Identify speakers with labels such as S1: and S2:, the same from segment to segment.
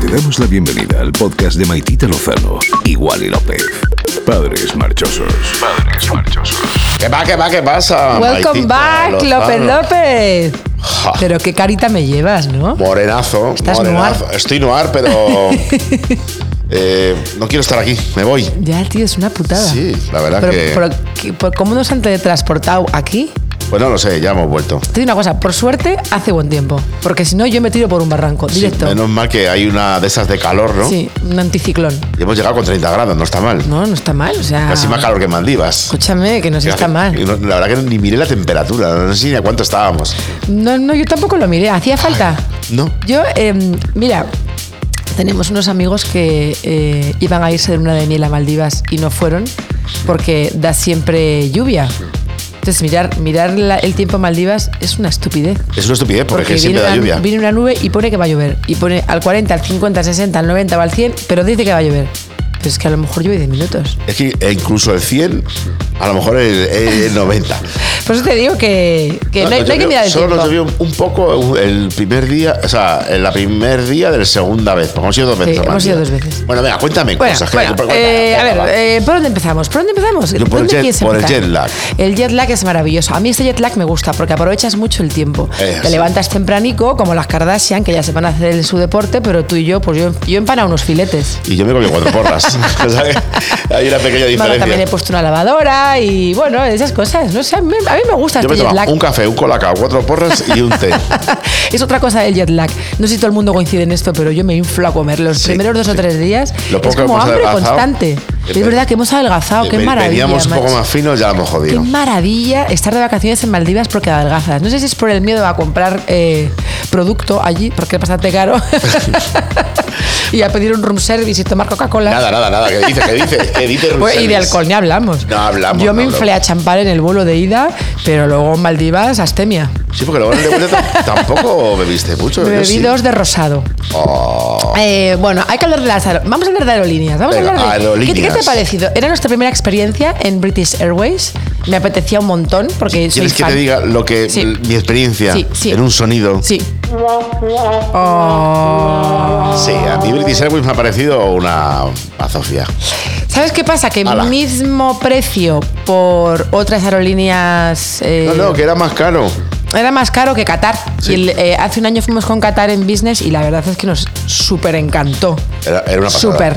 S1: Te damos la bienvenida al podcast de Maitita Lozano y Wally López. Padres marchosos. Padres marchosos.
S2: ¿Qué va, qué va, qué pasa? Maitita
S3: Welcome back,
S2: Lozano?
S3: López López.
S2: Ja.
S3: Pero qué carita me llevas, ¿no?
S2: Morenazo.
S3: Estás
S2: morenazo. Estoy noir, pero. eh, no quiero estar aquí, me voy.
S3: Ya, tío, es una putada.
S2: Sí, la verdad
S3: Pero,
S2: que-
S3: pero, ¿qué- por- ¿Cómo nos han teletransportado aquí?
S2: Pues no lo sé, ya hemos vuelto.
S3: Te digo una cosa, por suerte hace buen tiempo, porque si no yo me tiro por un barranco,
S2: Sí,
S3: directo.
S2: menos mal que hay una de esas de calor, ¿no?
S3: Sí, un anticiclón.
S2: Y hemos llegado con 30 grados, no está mal.
S3: No, no está mal, o sea...
S2: Casi más calor que en Maldivas.
S3: Escúchame, que no se Ah. Pues está
S2: Y
S3: mal.
S2: no- La verdad que ni miré la temperatura, no sé ni a cuánto estábamos.
S3: No, no, yo tampoco lo miré, hacía falta.
S2: No.
S3: Yo, eh, mira, tenemos unos amigos que eh, iban a irse de luna de miel a Maldivas y no fueron porque da siempre lluvia. Entonces, mirar, mirar la- el tiempo en Maldivas es una estupidez.
S2: Es una estupidez porque, siempre
S3: viene,
S2: da
S3: una,
S2: lluvia.
S3: viene una nube y pone que va a llover. Y pone al 40, al 50, al 60, al 90 o al 100, pero dice que va a llover. Pero es que a lo mejor llueve 10 minutos.
S2: Es que eh, incluso el 100, a lo mejor el, el- el 90.
S3: Por eso te digo que, que no, hay,
S2: nos
S3: no hay que
S2: llovió-
S3: mirar el
S2: Solo
S3: tiempo.
S2: nos llovió un poco el primer día, o sea, el la primer día del segunda vez, porque hemos ido dos veces.
S3: Sí,
S2: a
S3: hemos ido
S2: Maldivas.
S3: dos veces.
S2: Bueno, venga, cuéntame
S3: Bueno,
S2: cosas. que-
S3: bueno,
S2: cuéntame,
S3: eh, a
S2: venga,
S3: ver,
S2: va.
S3: eh, ¿por dónde empezamos? ¿Por dónde empezamos?
S2: Yo por el
S3: ¿Dónde
S2: jet-
S3: quieres
S2: por el
S3: empezar?
S2: jet lag.
S3: El jet lag es maravilloso. A mí este jet lag me gusta porque aprovechas mucho el tiempo.
S2: Eh,
S3: Te
S2: sí.
S3: levantas tempranico, como las Kardashian, que ya se van a hacer su deporte, pero tú y yo, pues yo, yo he empanado unos filetes.
S2: Y yo me comí cuatro porras. O sea, que Hay una pequeña
S3: Mano, también
S2: diferencia.
S3: he puesto una lavadora y bueno, esas cosas. No sé, a mí, a mí me gusta
S2: Yo me
S3: este jet lag.
S2: tomo un café, un colacao, cuatro porras y un té.
S3: es otra cosa del jet lag. No sé si todo el mundo coincide en esto, pero yo me inflo a comer. Los
S2: Sí,
S3: primeros dos
S2: sí.
S3: o tres días
S2: Lo poco
S3: es
S2: que
S3: como
S2: hemos
S3: hambre
S2: adelgazado.
S3: constante.
S2: Eh,
S3: Es verdad que hemos adelgazado, Oh, qué
S2: Ve-
S3: maravilla.
S2: Veníamos un poco
S3: macho.
S2: más finos, ya lo hemos
S3: Qué
S2: jodido.
S3: maravilla estar de vacaciones en Maldivas porque adelgazas. No sé si es por el miedo a comprar eh, producto allí, porque es bastante caro, y a pedir un room service y tomar Coca-Cola.
S2: Nada, nada, nada. ¿Qué dices? ¿Qué dices? ¿Qué dices?
S3: Bueno, Pues, y de
S2: Ruselis?
S3: alcohol ni hablamos.
S2: No hablamos,
S3: Yo
S2: no
S3: me
S2: hablamos.
S3: inflé a champán en el vuelo de ida, pero luego en Maldivas, astemia.
S2: Sí, porque luego en el de vuelta tampoco bebiste mucho.
S3: Me
S2: yo
S3: bebí
S2: sí.
S3: dos de rosado.
S2: Oh,
S3: Eh, bueno, hay que hablar de las aer- Vamos a hablar de aerolíneas. Vamos
S2: Venga,
S3: a hablar de,
S2: aerolíneas.
S3: ¿Qué, qué te ha parecido? Era nuestra primera experiencia en British Airways. Me apetecía un montón porque soy
S2: ¿Quieres que
S3: fan.
S2: te diga lo que
S3: Sí.
S2: mi experiencia
S3: Sí, sí.
S2: en un sonido?
S3: Sí. Oh.
S2: Sí, a mí British Airways me ha parecido una bazofia.
S3: ¿Sabes qué pasa? Que
S2: Ala.
S3: mismo precio por otras aerolíneas eh,
S2: No, no, que era más caro.
S3: era más caro que Qatar.
S2: Sí.
S3: Y el- eh, hace un año fuimos con Qatar en business y la verdad es que nos súper encantó.
S2: Era, era una pasada.
S3: Súper.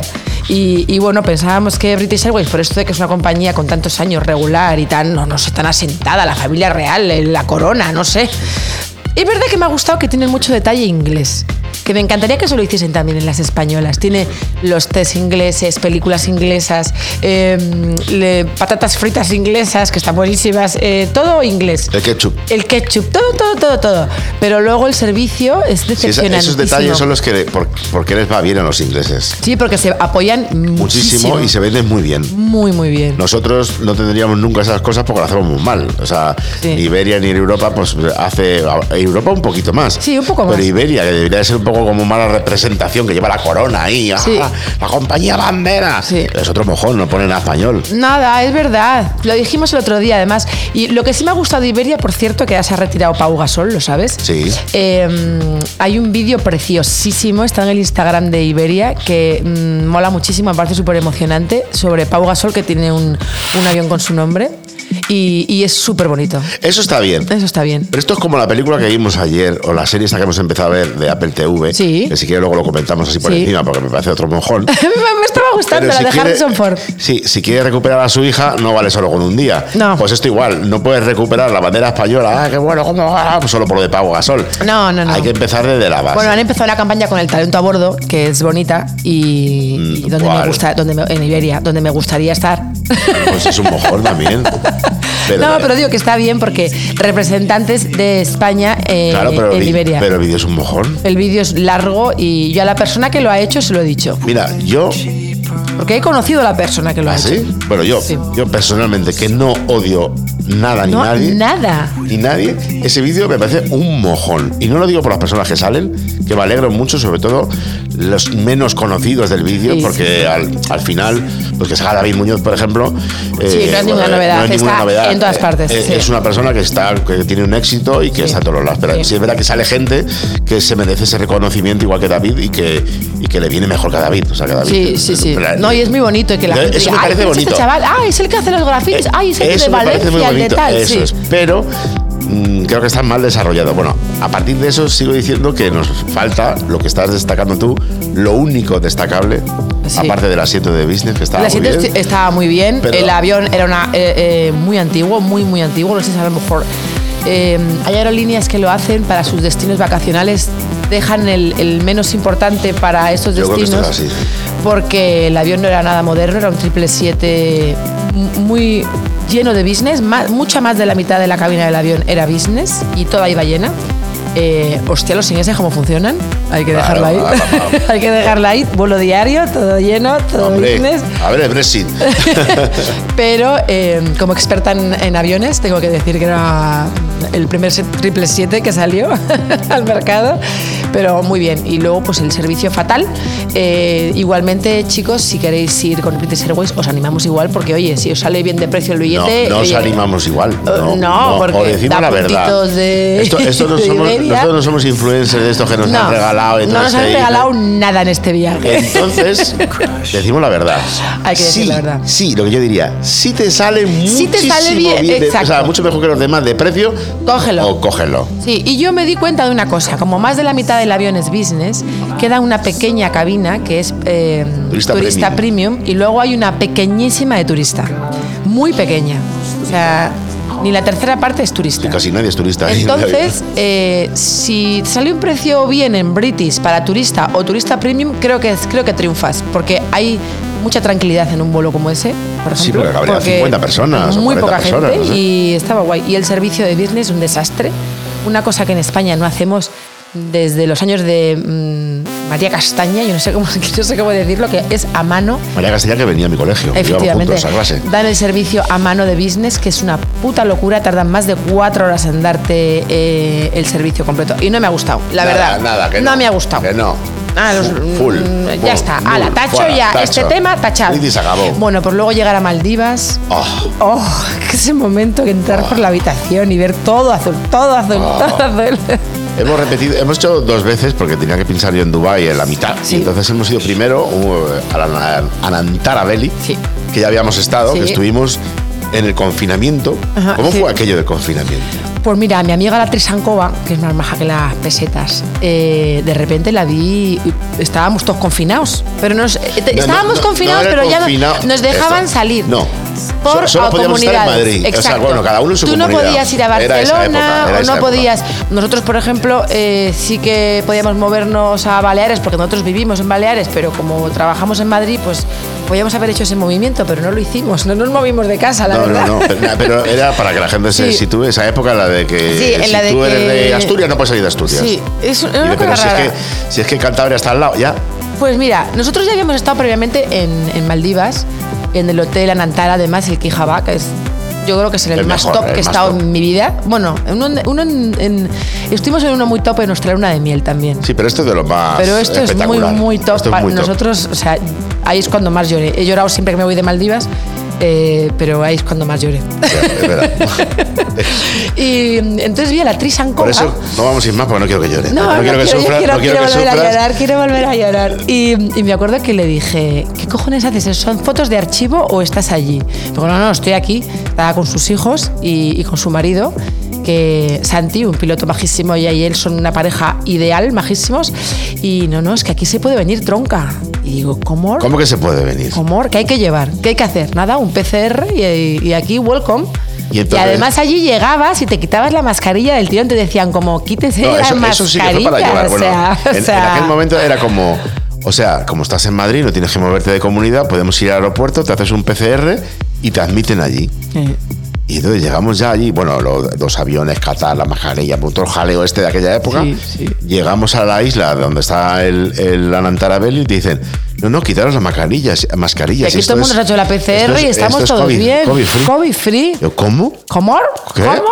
S3: Y, y bueno, pensábamos que British Airways, por esto de que es una compañía con tantos años regular y tan, no, no sé, tan asentada, la familia real, eh, la corona, no sé. Es verdad que me ha gustado que tienen mucho detalle inglés. Que me encantaría que eso lo hiciesen también en las españolas. Tiene los test ingleses, películas inglesas, eh, le- patatas fritas inglesas, que están buenísimas, eh, todo inglés.
S2: El ketchup.
S3: El ketchup, todo, todo, todo, todo. Pero luego el servicio es
S2: Sí, esa-
S3: decepcionante.
S2: esos detalles son los que por, porque les va bien a los ingleses.
S3: Sí, porque se apoyan muchísimo,
S2: Muchísimo y se venden muy bien.
S3: muy muy bien.
S2: Nosotros no tendríamos nunca esas cosas porque lo hacemos muy mal. O sea,
S3: Sí.
S2: ni Iberia ni Europa, pues hace. Europa un poquito más.
S3: Sí, un poco
S2: Pero
S3: más.
S2: Iberia, que debería de ser un poco como mala representación, que lleva la corona ahí. ah,
S3: Sí.
S2: La compañía bandera.
S3: Sí.
S2: Es otro mojón, no ponen a español.
S3: Nada, es verdad. Lo dijimos el otro día, además. Y lo que sí me ha gustado de Iberia, por cierto, que ya se ha retirado Pau Gasol, ¿lo sabes?
S2: Sí.
S3: Eh, hay un vídeo preciosísimo, está en el Instagram de Iberia, que mm, mola muchísimo, me parece súper emocionante, sobre Pau Gasol, que tiene un, un avión con su nombre. Y, y es súper bonito.
S2: Eso está bien.
S3: Eso está bien.
S2: Pero esto es como la película que vimos ayer o la serie esta que hemos empezado a ver de Apple TV.
S3: Sí.
S2: Que si quieres luego lo comentamos así por
S3: Sí.
S2: encima porque me parece otro mojón.
S3: me, me estaba gustando
S2: Pero
S3: la
S2: si
S3: de
S2: quiere-
S3: Harrison Ford.
S2: Sí, si quiere recuperar a su hija, no vale solo con un día.
S3: No.
S2: Pues esto igual, no puedes recuperar la bandera española. Ah, qué bueno, ¿cómo? Ah, pues solo por lo de Pau Gasol.
S3: No, no, no.
S2: Hay que empezar desde la base.
S3: Bueno, han empezado la campaña con el talento a bordo, que es bonita y, y
S2: Mm,
S3: donde
S2: ¿cuál?
S3: me gusta, donde me- en Iberia, donde me gustaría estar.
S2: Pues es un mojón también. Pero-
S3: no, pero digo que está bien porque representantes de España eh,
S2: Claro, pero,
S3: en
S2: vi-
S3: Iberia.
S2: pero el vídeo es un mojón.
S3: el vídeo es largo y yo a la persona que lo ha hecho se lo he dicho,
S2: Mira, yo
S3: porque he conocido a la persona que lo ha
S2: ¿Ah,
S3: hecho.
S2: sí? Bueno, yo,
S3: Sí.
S2: yo personalmente, que no odio nada, ni
S3: No,
S2: nadie.
S3: nada.
S2: Ni nadie. Ese vídeo me parece un mojón. Y no lo digo por las personas que salen, que me alegro mucho, sobre todo los menos conocidos del vídeo,
S3: Sí.
S2: porque al, al final, pues que salga David Muñoz, por ejemplo. eh,
S3: no es ninguna
S2: eh,
S3: novedad,
S2: no es ninguna
S3: está
S2: novedad.
S3: en todas
S2: Eh,
S3: partes,
S2: eh,
S3: sí.
S2: Es una persona que está que tiene un éxito y que
S3: Sí.
S2: está en todos los lados. Pero
S3: Sí.
S2: sí es verdad que sale gente que se merece ese reconocimiento igual que David y que, y que le viene mejor que a David. O sea, que David
S3: Sí, sí, sí.
S2: la-
S3: No, y es muy bonito y que la
S2: Yo-
S3: gente
S2: eh, eso
S3: diga,
S2: me
S3: "Ay,
S2: parece
S3: es este
S2: bonito. Eh,
S3: chaval, ah, es el que hace los grafitis, ah, es el
S2: Eso
S3: de
S2: me parece muy
S3: Valencia, el de
S2: bonito,
S3: tal,
S2: eso
S3: sí.
S2: es. Pero mm, creo que está mal desarrollado. Bueno, a partir de eso sigo diciendo que nos falta lo que estás destacando tú, lo único destacable,
S3: Sí.
S2: aparte del asiento de business que estaba
S3: El asiento
S2: muy bien.
S3: esti- estaba muy bien.
S2: Pero-
S3: el avión era una, eh, eh, muy antiguo, muy, muy antiguo. No sé si a lo mejor eh, hay aerolíneas que lo hacen para sus destinos vacacionales. Dejan el, el menos importante para estos
S2: Yo creo que
S3: destinos.
S2: esto es así, sí.
S3: Porque el avión no era nada moderno, era un 777 mu- muy lleno de business. más- mucha más de la mitad de la cabina del avión era business y toda iba llena. Eh, hostia, los ingleses cómo funcionan. Hay que
S2: Claro,
S3: dejarla ahí.
S2: va, va,
S3: hay que dejarla ahí. Vuelo diario, todo lleno, todo
S2: Hombre,
S3: business.
S2: a ver, el Brexit.
S3: Pero eh, como experta en, en aviones, tengo que decir que era el primer 777 que salió al mercado. Pero muy bien. Y luego, pues el servicio fatal. Eh, igualmente, chicos, si queréis ir con British Airways, os animamos igual, porque oye, si os sale bien de precio este, el
S2: No,
S3: billete.
S2: no os
S3: oye,
S2: animamos igual. No,
S3: no, porque
S2: o decimos
S3: da
S2: la verdad.
S3: puntitos de-
S2: esto, esto no
S3: de
S2: somos,
S3: Iberia.
S2: nosotros no somos influencers de estos que nos
S3: no,
S2: han regalado. este y
S3: no nos
S2: entonces
S3: han
S2: ahí-
S3: regalado nada en este viaje.
S2: Entonces, decimos la verdad.
S3: Hay que decir
S2: sí,
S3: la verdad.
S2: Sí, lo que yo diría. Si te sale
S3: Si te
S2: muchísimo
S3: sale bien,
S2: de- o sea,
S3: exacto.
S2: mucho mejor que los demás de precio.
S3: Cógelo.
S2: O cógelo.
S3: Sí, y yo me di cuenta de una cosa, como más de la mitad del avión es business, queda una pequeña cabina que es eh,
S2: Turista
S3: turista, premium. y luego hay una pequeñísima de turista, muy pequeña. O sea, ni la tercera parte es turista.
S2: Que casi nadie es turista. ahí en el
S3: Entonces,
S2: avión.
S3: eh, si te sale un precio bien en British para turista o turista premium, creo que, creo que triunfas, porque hay mucha tranquilidad en un vuelo como ese, por
S2: Sí,
S3: ejemplo,
S2: porque cabrían 50 personas o
S3: Muy
S2: 40
S3: poca
S2: personas,
S3: gente
S2: no sé.
S3: y estaba guay. Y el servicio de business, un desastre. Una cosa que en España no hacemos desde los años de mm, María Castaña, yo no sé, cómo, no sé cómo decirlo, que es a mano
S2: María Castellán que venía a mi colegio. Íbamos
S3: Efectivamente,
S2: juntos a clase.
S3: dan el servicio a mano de business, que es una puta locura, tardan más de cuatro horas en darte eh, el servicio completo. Y no me ha gustado, la
S2: Nada,
S3: verdad.
S2: Nada, que
S3: no.
S2: no.
S3: me ha gustado.
S2: Que no.
S3: Ah, los-
S2: full.
S3: mm,
S2: full,
S3: ya está,
S2: full,
S3: ala, tacho
S2: fuera,
S3: ya,
S2: tacho.
S3: este tema tachado.
S2: Y se acabó.
S3: Bueno, pues luego llegar a Maldivas.
S2: Oh,
S3: Oh, que ese momento que entrar por la habitación y ver todo azul, todo azul,
S2: Oh.
S3: todo azul.
S2: Hemos repetido, hemos hecho dos veces porque tenía que pinchar yo en Dubai en la mitad.
S3: Sí.
S2: Y entonces hemos ido primero uh, a la a Nantara Valley,
S3: Sí.
S2: que ya habíamos estado,
S3: Sí.
S2: que estuvimos en el confinamiento.
S3: Ajá,
S2: ¿Cómo
S3: sí.
S2: fue aquello del confinamiento?
S3: Pues mira, mi amiga la Trisancova, que es más maja que las pesetas, eh, de repente la vi. Estábamos todos confinados. Pero nos, eh, te-
S2: No, no,
S3: estábamos
S2: no,
S3: confinados,
S2: no era
S3: pero
S2: confinado.
S3: ya nos dejaban
S2: Esto,
S3: salir.
S2: No.
S3: Por
S2: So- solo
S3: a
S2: podíamos estar en
S3: comunidades.
S2: Madrid. O sea,
S3: Exacto.
S2: bueno, cada uno en su
S3: Tú no
S2: comunidad.
S3: podías ir a
S2: Era esa
S3: Barcelona
S2: época, era
S3: o
S2: esa
S3: no
S2: época.
S3: podías. Nosotros, por ejemplo, eh, sí que podíamos movernos a Baleares porque nosotros vivimos en Baleares, pero como trabajamos en Madrid, pues podíamos haber hecho ese movimiento, pero no lo hicimos. No nos movimos de casa, la
S2: No,
S3: verdad.
S2: no, no, pero, pero era para que la gente se
S3: Sí.
S2: sitúe esa época, en la de que
S3: Sí, en
S2: si
S3: la de
S2: tú eres
S3: que-
S2: de Asturias no puedes salir de Asturias.
S3: Sí, es
S2: Y
S3: una
S2: de-
S3: cosa
S2: pero si es,
S3: rara.
S2: que, si es que Cantabria está al lado, ya.
S3: Pues mira, nosotros ya habíamos estado previamente en, en Maldivas, en el hotel Anantara, además el Quijabá, que es yo creo que es el,
S2: El
S3: más
S2: mejor,
S3: top
S2: el
S3: que he
S2: más
S3: estado
S2: top.
S3: en mi vida. Bueno, uno, en- uno en- en- estuvimos en uno muy top en nuestra luna de miel también.
S2: Sí, pero esto es de lo más.
S3: Pero esto es muy,
S2: espectacular.
S3: muy top.
S2: Esto es
S3: para
S2: muy top.
S3: Nosotros, o sea, ahí es cuando más lloré. He llorado siempre que me voy de Maldivas, eh, pero ahí es cuando más lloré.
S2: Ya, es verdad.
S3: y entonces vi a la Trisancova.
S2: Por eso no vamos a ir más porque no quiero que llore.
S3: Ah. No, no
S2: quiero que
S3: quiero, yo
S2: sufras,
S3: quiero-
S2: no quiero
S3: quiero
S2: que
S3: volver a
S2: sufras.
S3: llorar, quiero volver a llorar. Y, y me acuerdo que le dije, ¿qué cojones haces? ¿Son fotos de archivo o estás allí? Digo, no, no, estoy aquí. Estaba con sus hijos y, y con su marido, que Santi, un piloto majísimo, ella y él son una pareja ideal, majísimos. Y no, no, es que aquí se puede venir tronca. Y digo, ¿cómo?
S2: ¿Cómo que se puede venir?
S3: Comor, ¿qué hay que llevar? ¿Qué hay que hacer? Nada, un PCR y, y aquí welcome.
S2: Y
S3: Y,
S2: entonces-
S3: además allí llegabas y te quitabas la mascarilla del tirón, te decían como quítese
S2: No,
S3: la
S2: eso,
S3: mascarilla.
S2: eso sí que fue para llevar.
S3: o
S2: Bueno,
S3: sea, o
S2: en, en
S3: sea,
S2: aquel momento era como, o sea, como estás en Madrid, no tienes que moverte de comunidad, podemos ir al aeropuerto, te haces un PCR y te admiten allí.
S3: eh,
S2: Y entonces llegamos ya allí, bueno, los dos aviones, Qatar, la mascarilla, todo el jaleo este de aquella época.
S3: Sí, sí.
S2: Llegamos a la isla donde está el, el Anantara Belli y te dicen, No, no, quitaros las mascarillas.
S3: Que
S2: mascarillas
S3: aquí todo el mundo se ha hecho la PCR y estamos todos bien.
S2: COVID free.
S3: COVID free.
S2: Yo, ¿Cómo?
S3: ¿Cómo?
S2: ¿Qué?
S3: ¿Cómo?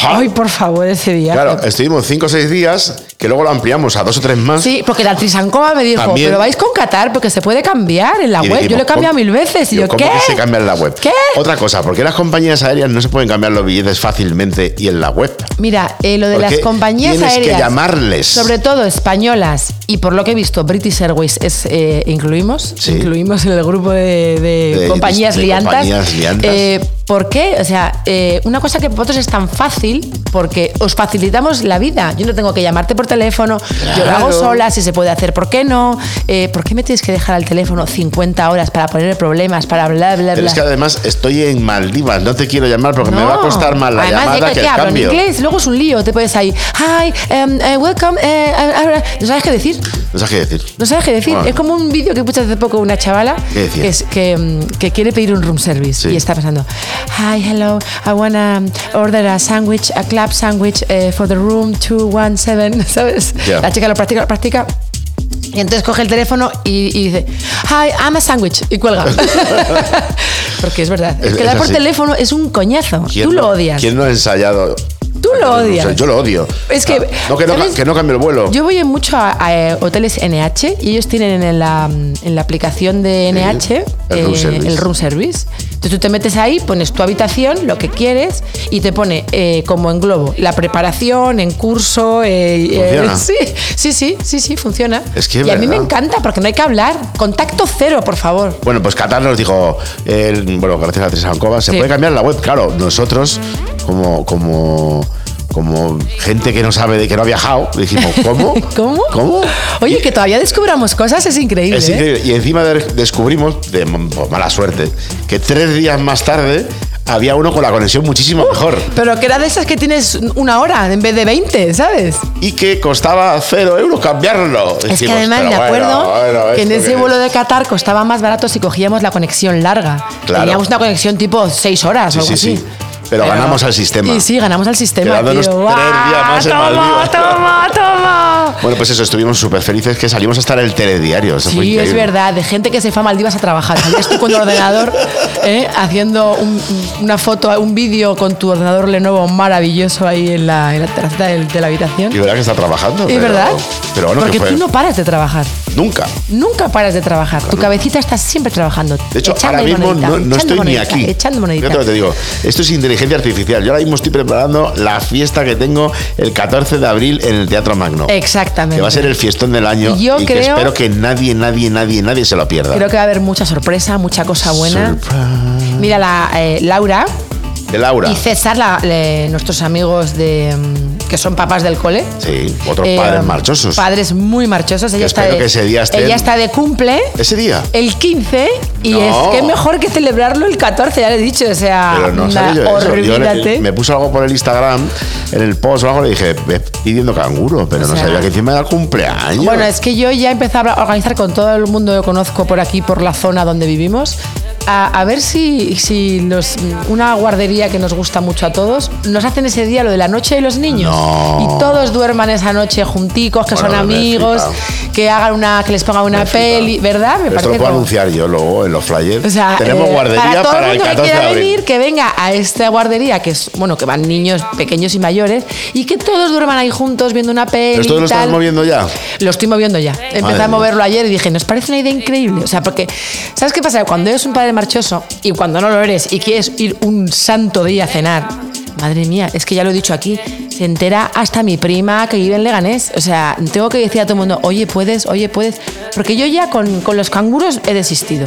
S2: Ja.
S3: Ay, por favor, ese día.
S2: Claro, estuvimos cinco o seis días, que luego lo ampliamos a dos o tres más.
S3: Sí, porque la Trisancoma me dijo,
S2: También.
S3: pero vais con Qatar porque se puede cambiar en la
S2: Y
S3: web. yo
S2: dijimos,
S3: lo he cambiado
S2: ¿cómo?
S3: mil veces. Y
S2: Digo,
S3: yo,
S2: ¿Cómo
S3: ¿qué?
S2: que se cambia en la web?
S3: ¿Qué?
S2: Otra cosa, ¿por qué las compañías aéreas no se pueden cambiar los billetes fácilmente y en la web?
S3: Mira, eh, lo de
S2: ¿Por
S3: las
S2: qué
S3: compañías
S2: tienes que
S3: aéreas.
S2: llamarles?
S3: Sobre todo españolas. Y por lo que he visto, British Airways es, eh, incluimos.
S2: Sí.
S3: Incluimos en el grupo de, de
S2: De-
S3: compañías
S2: de
S3: liantas.
S2: compañías liantas.
S3: Eh, ¿Por qué? O sea, eh, una cosa que para vosotros es tan fácil porque os facilitamos la vida. Yo no tengo que llamarte por teléfono, yo lo hago
S2: Claro.
S3: sola, si se puede hacer, ¿por qué no? Eh, ¿Por qué me tienes que dejar al teléfono 50 horas para poner problemas, para bla, bla,
S2: Pero
S3: bla?
S2: es que además estoy en Maldivas, no te quiero llamar porque me
S3: No.
S2: va a costar más la
S3: Además,
S2: llamada
S3: de
S2: que el
S3: te hablo
S2: cambio.
S3: en inglés, luego es un lío. Te pones ahí, hi, em, eh, welcome, eh, ah, ah, ah". no sabes qué decir.
S2: No sabes qué decir.
S3: No sabes qué decir.
S2: Bueno.
S3: Es como un vídeo que puse hace poco una chavala
S2: ¿Qué decía?
S3: que, es- que, mm, que quiere pedir un room service
S2: Sí.
S3: y está pensando, hi, hello, I wanna order a sandwich, a club sandwich eh, for the room 217, ¿sabes?
S2: Ya.
S3: La chica lo practica, lo practica. Y entonces coge el teléfono y, y dice, hi, I'm a sandwich, y cuelga. Porque es verdad.
S2: Es-
S3: Quedar
S2: es
S3: por
S2: así.
S3: teléfono es un coñazo.
S2: ¿Quién
S3: Tú lo
S2: no-
S3: odias.
S2: ¿Quién no ha ensayado?
S3: Tú lo odias.
S2: O sea, yo lo odio. Ah,
S3: Es que-
S2: No, que no,
S3: ¿sabes?
S2: que no cambie el vuelo.
S3: Yo voy en mucho a, a, eh, hoteles NH y ellos tienen en la, en la aplicación de NH
S2: el room service.
S3: el room service. Entonces tú te metes ahí, pones tu habitación, lo que quieres y te pone eh, como en globo la preparación, en curso. eh,
S2: Funciona.
S3: eh, sí, sí, sí, sí, sí, funciona.
S2: Es que
S3: y
S2: es
S3: a mí me
S2: verdad.
S3: encanta porque no hay que hablar. Contacto cero, por favor.
S2: Bueno, pues Qatar nos dijo, eh, bueno, gracias a Trisancova, se
S3: Sí.
S2: puede cambiar la web. Claro, nosotros, como, como, como gente que no sabe de que no ha viajado, dijimos, ¿cómo?
S3: ¿Cómo?
S2: ¿Cómo?
S3: Oye, que todavía descubramos cosas, es increíble.
S2: Es
S3: ¿eh?
S2: increíble. Y encima de- descubrimos, de por mala suerte, que tres días más tarde había uno con la conexión muchísimo
S3: ¡Uh!
S2: mejor
S3: Pero que era de esas que tienes una hora en vez de 20, ¿sabes?
S2: y que costaba cero euros cambiarlo.
S3: Es que
S2: Dijimos,
S3: además
S2: pero
S3: me
S2: bueno,
S3: acuerdo
S2: bueno,
S3: que en
S2: ¿esto
S3: ese
S2: qué
S3: vuelo
S2: es?
S3: de Qatar costaba más barato si cogíamos la conexión larga.
S2: Claro.
S3: Teníamos una conexión tipo 6 horas o
S2: Sí,
S3: algo
S2: sí,
S3: así.
S2: sí. Pero ganamos al sistema.
S3: Y sí, ganamos al sistema.
S2: Quedándonos
S3: tío.
S2: tres
S3: ¡Guau!
S2: días más en
S3: toma,
S2: Maldivas.
S3: toma, toma.
S2: Bueno, pues eso, estuvimos súper felices que salimos hasta en el telediario. Eso fue
S3: Sí, es
S2: increíble.
S3: verdad, de gente que se fue a Maldivas a trabajar. Salías tú con el ordenador ¿eh? haciendo un- una foto, un vídeo con tu ordenador Lenovo maravilloso ahí en la, en la terraza del- de, la habitación.
S2: Y verdad que está trabajando.
S3: Es
S2: pero-
S3: verdad.
S2: Pero bueno,
S3: Porque
S2: que fue
S3: tú no paras de trabajar.
S2: nunca.
S3: Nunca paras de trabajar. Tu cabecita está siempre trabajando.
S2: De hecho,
S3: echando
S2: ahora mismo
S3: monedita,
S2: no, no
S3: echando
S2: estoy
S3: monedita,
S2: ni aquí.
S3: Echando monedita.
S2: Fíjate lo que te digo. Esto es inteligencia artificial. Yo ahora mismo estoy preparando la fiesta que tengo el 14 de abril en el Teatro Magno.
S3: Exactamente.
S2: Que va a ser el fiestón del año.
S3: Y Eh, yo
S2: y que
S3: creo-
S2: espero que nadie, nadie, nadie, nadie se lo pierda.
S3: Creo que va a haber mucha sorpresa, mucha cosa buena.
S2: Surprise.
S3: Mira, la, eh, Laura
S2: De Laura.
S3: y César, la- le- nuestros amigos de mm, que son papás del cole.
S2: Sí, otros
S3: Eh,
S2: padres marchosos.
S3: Padres muy marchosos. Ella,
S2: Que
S3: está
S2: espero
S3: de,
S2: que ese día estén-
S3: ella está de cumple
S2: Ese día.
S3: el 15 y
S2: No.
S3: es que mejor que celebrarlo el 14, ya le he dicho. O sea,
S2: Pero no
S3: na-
S2: sabía yo eso. Yo le-
S3: olvídate.
S2: me puso algo por el Instagram, en el post o algo, le dije, "Ve pidiendo canguro, pero
S3: O
S2: no
S3: sea-
S2: sabía que encima era cumpleaños.
S3: Bueno, es que yo ya empecé a hablar- a organizar con todo el mundo que conozco por aquí, por la zona donde vivimos, a, a ver si, si los, una guardería que nos gusta mucho a todos nos hacen ese día lo de la noche de los niños.
S2: No.
S3: Y todos duerman esa noche junticos, que
S2: Bueno,
S3: son
S2: me he
S3: amigos,
S2: flipado.
S3: que hagan una, que les pongan una
S2: Me he flipado.
S3: peli, ¿verdad? Me
S2: Esto lo puedo
S3: como-
S2: anunciar yo luego en los flyers.
S3: o sea,
S2: Tenemos
S3: eh,
S2: guardería
S3: todo
S2: para,
S3: el
S2: el
S3: mundo
S2: 14
S3: que
S2: de
S3: quiera
S2: abril.
S3: venir, que venga a esta guardería, que es, bueno, que van niños pequeños y mayores, y que todos duerman ahí juntos viendo una peli.
S2: ¿Pero esto
S3: y
S2: lo estás
S3: tal.
S2: moviendo ya?
S3: Lo estoy moviendo ya. Empecé
S2: mía.
S3: a moverlo ayer y dije, nos parece una idea increíble. O sea, porque, ¿sabes qué pasa? Cuando eres un padre marchoso y cuando no lo eres y quieres ir un santo día a cenar, madre mía, es que ya lo he dicho aquí, se entera hasta mi prima que vive en Leganés. O sea, tengo que decir a todo el mundo, oye, puedes, oye, puedes. Porque yo ya con, con los canguros he desistido.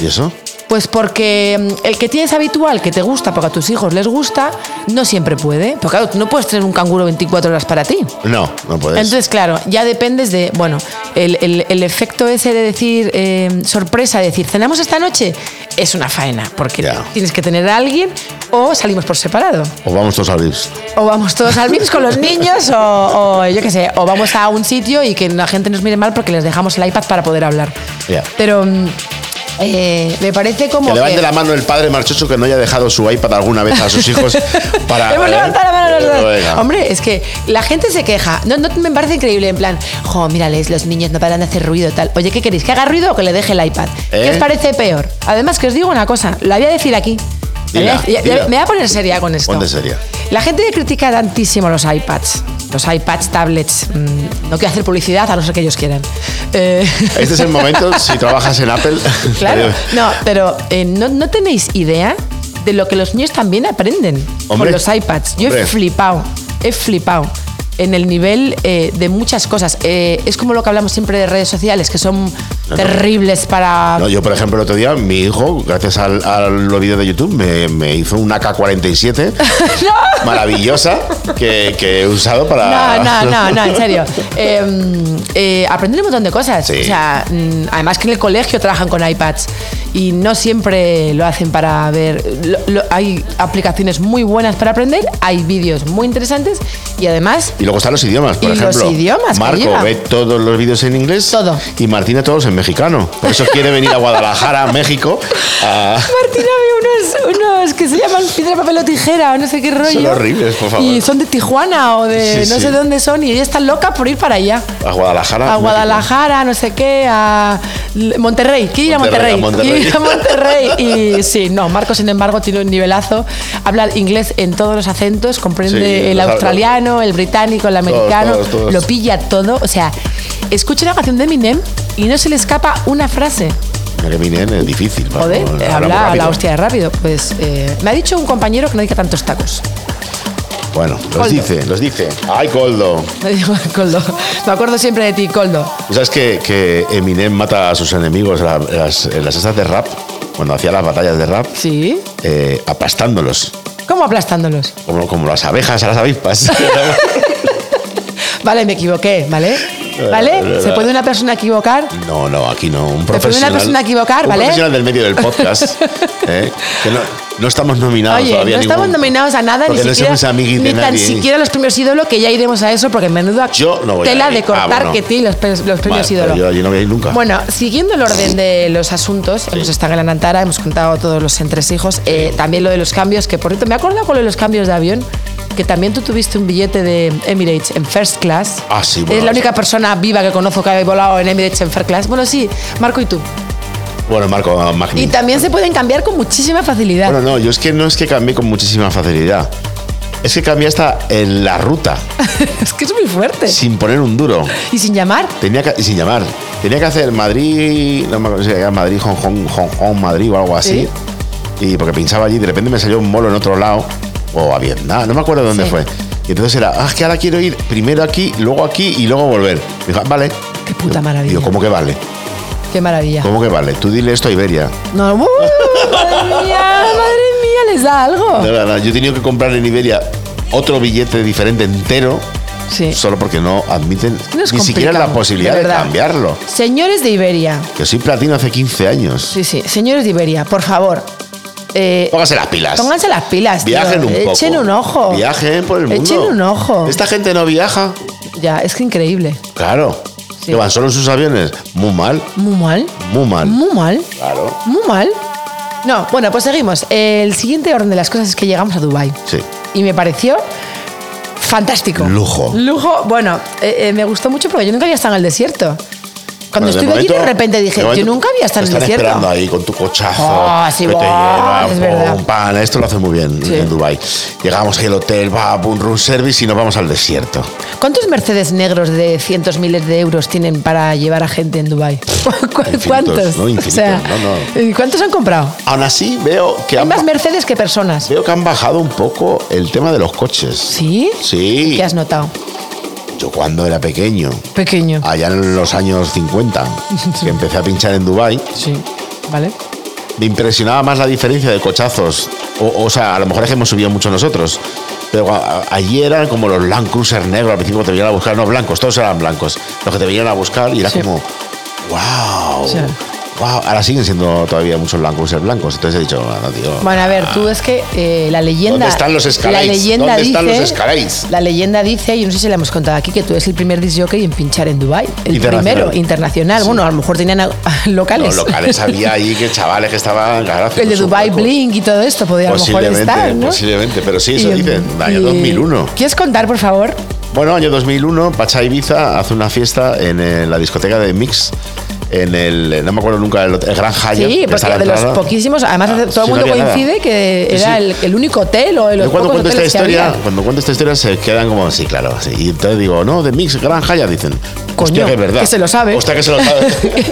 S2: ¿Y eso?
S3: Pues porque mm, el que tienes habitual, que te gusta, porque a tus hijos les gusta, no siempre puede. Porque claro, tú no puedes tener un canguro 24 horas para ti.
S2: No, no puedes.
S3: Entonces, claro, ya dependes de, bueno, el, el- el efecto ese de decir eh, sorpresa, de decir, cenamos esta noche, es una faena, porque
S2: Ya.
S3: tienes que tener a alguien o salimos por separado.
S2: o vamos todos a abrir.
S3: O vamos todos al Vips con los niños, o, o yo qué sé, o vamos a un sitio y que la gente nos mire mal porque les dejamos el iPad para poder hablar.
S2: Ya.
S3: Pero mm, Eh, me parece como.
S2: Que
S3: que-
S2: levante la mano el padre marchoso que no haya dejado su iPad alguna vez a sus hijos para. ¿eh?
S3: Hemos levantado la mano los dos.
S2: Venga.
S3: Hombre, es que la gente se queja. No, no me parece increíble. En plan, jo, mírales, los niños no paran de hacer ruido tal. Oye, ¿qué queréis? ¿Que haga ruido o que le deje el iPad?
S2: ¿Eh?
S3: ¿Qué os parece peor? Además, que os digo una cosa, la voy a decir aquí. La voy a
S2: Dila,
S3: decir- ya- ya-
S2: dila.
S3: Me voy a poner seria con esto.
S2: Ponte seria.
S3: La gente critica tantísimo los iPads. Los iPads, tablets. Mm, no quiero hacer publicidad a no ser que ellos quieran. Eh,
S2: Este es el momento, si trabajas en Apple.
S3: Claro, no, pero eh, ¿no, no tenéis idea de lo que los niños también aprenden
S2: Hombre.
S3: con los iPads. Yo
S2: Hombre.
S3: he flipado, he flipado en el nivel eh, de muchas cosas. Eh, es como lo que hablamos siempre de redes sociales, que son terribles para...
S2: No, yo, por ejemplo, el otro día, mi hijo, gracias al, a los vídeos de YouTube, me, me hizo un AK-47 maravillosa que, que he usado para.
S3: No, no, no, no, en serio. Eh, eh, aprenden un montón de cosas.
S2: Sí.
S3: O sea, mm, además que en el colegio trabajan con iPads y no siempre lo hacen para ver. lo- lo- hay aplicaciones muy buenas para aprender, hay vídeos muy interesantes y además
S2: Y luego están los idiomas, por
S3: Y los
S2: ejemplo.
S3: idiomas que
S2: Marco
S3: lleva.
S2: ve todos los vídeos en inglés.
S3: Todo.
S2: Y Martina todos en mexicano. Por eso quiere venir a Guadalajara, México. A...
S3: Martina ve unos, unos que se llaman piedra, papel o tijera o no sé qué rollo.
S2: horribles, por favor.
S3: Y son de Tijuana o de
S2: Sí,
S3: no
S2: sí.
S3: sé dónde son y ella está loca por ir para allá.
S2: A Guadalajara.
S3: A
S2: México.
S3: Guadalajara, no sé qué, a L- Monterrey. Quiere ir a
S2: Monterrey, a
S3: Monterrey.
S2: Monterrey.
S3: Quiere ir a Monterrey. Y sí, no, Marco, sin embargo, tiene un nivelazo. Habla inglés en todos los acentos, comprende
S2: Sí,
S3: el
S2: los hablo.
S3: australiano, el británico, el americano.
S2: todos, todos.
S3: Lo pilla todo. O sea, escucha una canción de Eminem y no se le escapa una frase.
S2: Mira que Minen es difícil. vamos,
S3: Joder, eh,
S2: habla muy
S3: habla a la
S2: Ah, rápido.
S3: hostia de rápido. Pues eh, me ha dicho un compañero que no diga tantos tacos.
S2: Bueno, los
S3: Coldo.
S2: dice, los dice. ¡Ay, Coldo!
S3: Me digo, Coldo. Me acuerdo siempre de ti, Coldo.
S2: ¿Tú ¿Sabes que, que Eminem mata a sus enemigos en la- en las, en las estas de rap? Cuando hacía las batallas de rap,
S3: ¿Sí?
S2: eh, aplastándolos.
S3: ¿Cómo aplastándolos?
S2: Como, como las abejas a las avispas.
S3: Vale, me equivoqué, ¿vale?
S2: Eh,
S3: ¿Vale? ¿Se puede una persona equivocar?
S2: no, no, aquí no. Un
S3: Te pone una
S2: profesional.
S3: persona a equivocar,
S2: un
S3: ¿vale?
S2: profesional del medio del podcast. ¿eh? Que no, no estamos nominados
S3: Oye,
S2: todavía.
S3: no estamos
S2: ningún-
S3: nominados a nada, ni,
S2: porque no
S3: siquiera,
S2: somos amiguis de
S3: ni tan
S2: nadie.
S3: siquiera los premios ídolo, que ya iremos a eso, porque menuda
S2: Yo no voy a
S3: tela
S2: ir.
S3: de cortar
S2: Ah, bueno.
S3: que tiene los, pre- los
S2: Vale,
S3: premios
S2: pero
S3: ídolo.
S2: Yo allí no voy a ir nunca.
S3: Bueno, siguiendo el orden de los asuntos, hemos estado en la Nantara, hemos contado todos los entresijos, eh, también lo de los cambios, que por cierto, me he acordado con lo de los cambios de avión, que también tú tuviste un billete de Emirates en First Class.
S2: Ah, sí, bueno,
S3: Es la
S2: sí.
S3: única persona viva que conozco que haya volado en Emirates en First Class. Bueno, sí, Marco y tú.
S2: bueno Marco,
S3: Y
S2: magnífico.
S3: también se pueden cambiar con muchísima facilidad.
S2: Bueno, no, yo es que no es que cambié con muchísima facilidad. Es que cambié hasta en la ruta,
S3: es que es muy fuerte.
S2: sin poner un duro.
S3: Y sin llamar.
S2: Tenía que, y sin llamar, tenía que hacer Madrid, no me acuerdo si era Madrid, Hong Kong, Hong Kong, Madrid o algo así.
S3: Sí.
S2: Y porque pinchaba allí, de repente me salió un molo en otro lado, o a Vietnam, no me acuerdo dónde
S3: Sí.
S2: fue. Y entonces era, ah, es que ahora quiero ir primero aquí, luego aquí y luego volver. Dijo, "Ah, vale.
S3: Qué puta maravilla.
S2: Digo, ¿cómo que vale?
S3: Qué maravilla.
S2: ¿Cómo que vale? Tú dile esto a Iberia.
S3: No, ¡uh! madre mía, madre mía, les da algo.
S2: De verdad, yo he tenido que comprar en Iberia otro billete diferente entero
S3: Sí.
S2: solo porque no admiten
S3: No es
S2: ni siquiera la
S3: complicado,
S2: posibilidad
S3: de
S2: de,
S3: verdad.
S2: cambiarlo.
S3: Señores de Iberia,
S2: Yo soy platino hace 15 años.
S3: Sí, sí. Señores de Iberia, por favor. eh,
S2: Póngase las pilas.
S3: pónganse las pilas. tío.
S2: Viajen un poco.
S3: Echen un ojo.
S2: Viajen por el mundo.
S3: Echen un ojo.
S2: Esta gente no viaja.
S3: Ya, es que increíble.
S2: Claro.
S3: Sí.
S2: Que van solo en sus aviones. Muy mal.
S3: Muy mal.
S2: Muy mal.
S3: Muy mal.
S2: Claro.
S3: Muy mal. No, bueno, pues seguimos. El siguiente orden de las cosas es que llegamos a Dubai
S2: Sí.
S3: Y me pareció fantástico.
S2: Lujo.
S3: Lujo. Bueno, eh, eh, me gustó mucho porque yo nunca había estado en el desierto. Cuando
S2: Bueno,
S3: estuve allí, de
S2: momento-
S3: repente dije,
S2: momento
S3: yo nunca había estado
S2: te
S3: en el
S2: están
S3: desierto.
S2: esperando ahí con tu cochazo.
S3: Ah, sí,
S2: que te
S3: buah,
S2: llevan,
S3: es verdad.
S2: pum, pan. Esto lo hace muy bien
S3: Sí.
S2: en Dubai. Llegamos ahí al hotel, va, pum, room service y nos vamos al desierto.
S3: ¿Cuántos Mercedes negros de cientos miles de euros tienen para llevar a gente en Dubai? ¿Cu-
S2: Infinitos,
S3: ¿Cuántos?
S2: ¿no? Infinitos, no,
S3: ¿Cuántos han comprado?
S2: Aún así, veo que
S3: Hay
S2: han,
S3: más Mercedes que personas.
S2: veo que han bajado un poco el tema de los coches.
S3: ¿Sí?
S2: Sí.
S3: ¿Qué has notado?
S2: Yo cuando era pequeño,
S3: Pequeño.
S2: allá en los años 50, que empecé a pinchar en Dubai,
S3: Sí. ¿Vale?
S2: me impresionaba más la diferencia de cochazos. O, o sea, a lo mejor es que hemos subido mucho nosotros. Pero a- allí eran como los Land Cruiser negros, al principio te venían a buscar, no blancos, todos eran blancos, los que te venían a buscar y era
S3: Sí.
S2: como, wow.
S3: Sí.
S2: wow, ahora siguen siendo todavía muchos blancos ser blancos. Entonces he dicho, no, tío.
S3: Bueno, a ver, tú es que eh, la leyenda.
S2: ¿Dónde están los
S3: La
S2: Escalades?
S3: leyenda
S2: ¿Dónde
S3: dice,
S2: están los Escalades?
S3: La leyenda dice, y no sé si la hemos contado aquí, que tú eres el primer disc jockey en pinchar en Dubai El
S2: Internacional.
S3: primero, internacional. Bueno, a lo mejor tenían a- locales.
S2: Los locales había ahí que chavales que estaban. claro,
S3: El de
S2: haciendo
S3: Dubai
S2: sus huecos.
S3: Blink y todo esto podía a lo mejor
S2: Posiblemente,
S3: estar, ¿no?
S2: posiblemente, pero sí, eso
S3: Y,
S2: dicen, año
S3: y-
S2: 2001.
S3: ¿Quieres contar, por favor?
S2: Bueno, año 2001, Pacha Ibiza hace una fiesta en eh, la discoteca de Mix, en el, no me acuerdo nunca, el, el Gran Hyatt.
S3: Sí,
S2: que
S3: porque
S2: está a la
S3: de los
S2: entrada.
S3: poquísimos, además
S2: Ah,
S3: todo
S2: sí,
S3: el
S2: no
S3: mundo
S2: había nada.
S3: coincide que
S2: Sí,
S3: era
S2: sí.
S3: El, el único hotel o de los
S2: Yo cuando
S3: pocos
S2: cuento esta
S3: hoteles que
S2: historia,
S3: había.
S2: cuando cuento esta historia se quedan como sí, claro. sí. Y entonces digo, no, de Mix, Gran Hyatt, dicen.
S3: Coño,
S2: hostia, que es verdad.
S3: que se lo sabe.
S2: Hostia, que se lo sabe.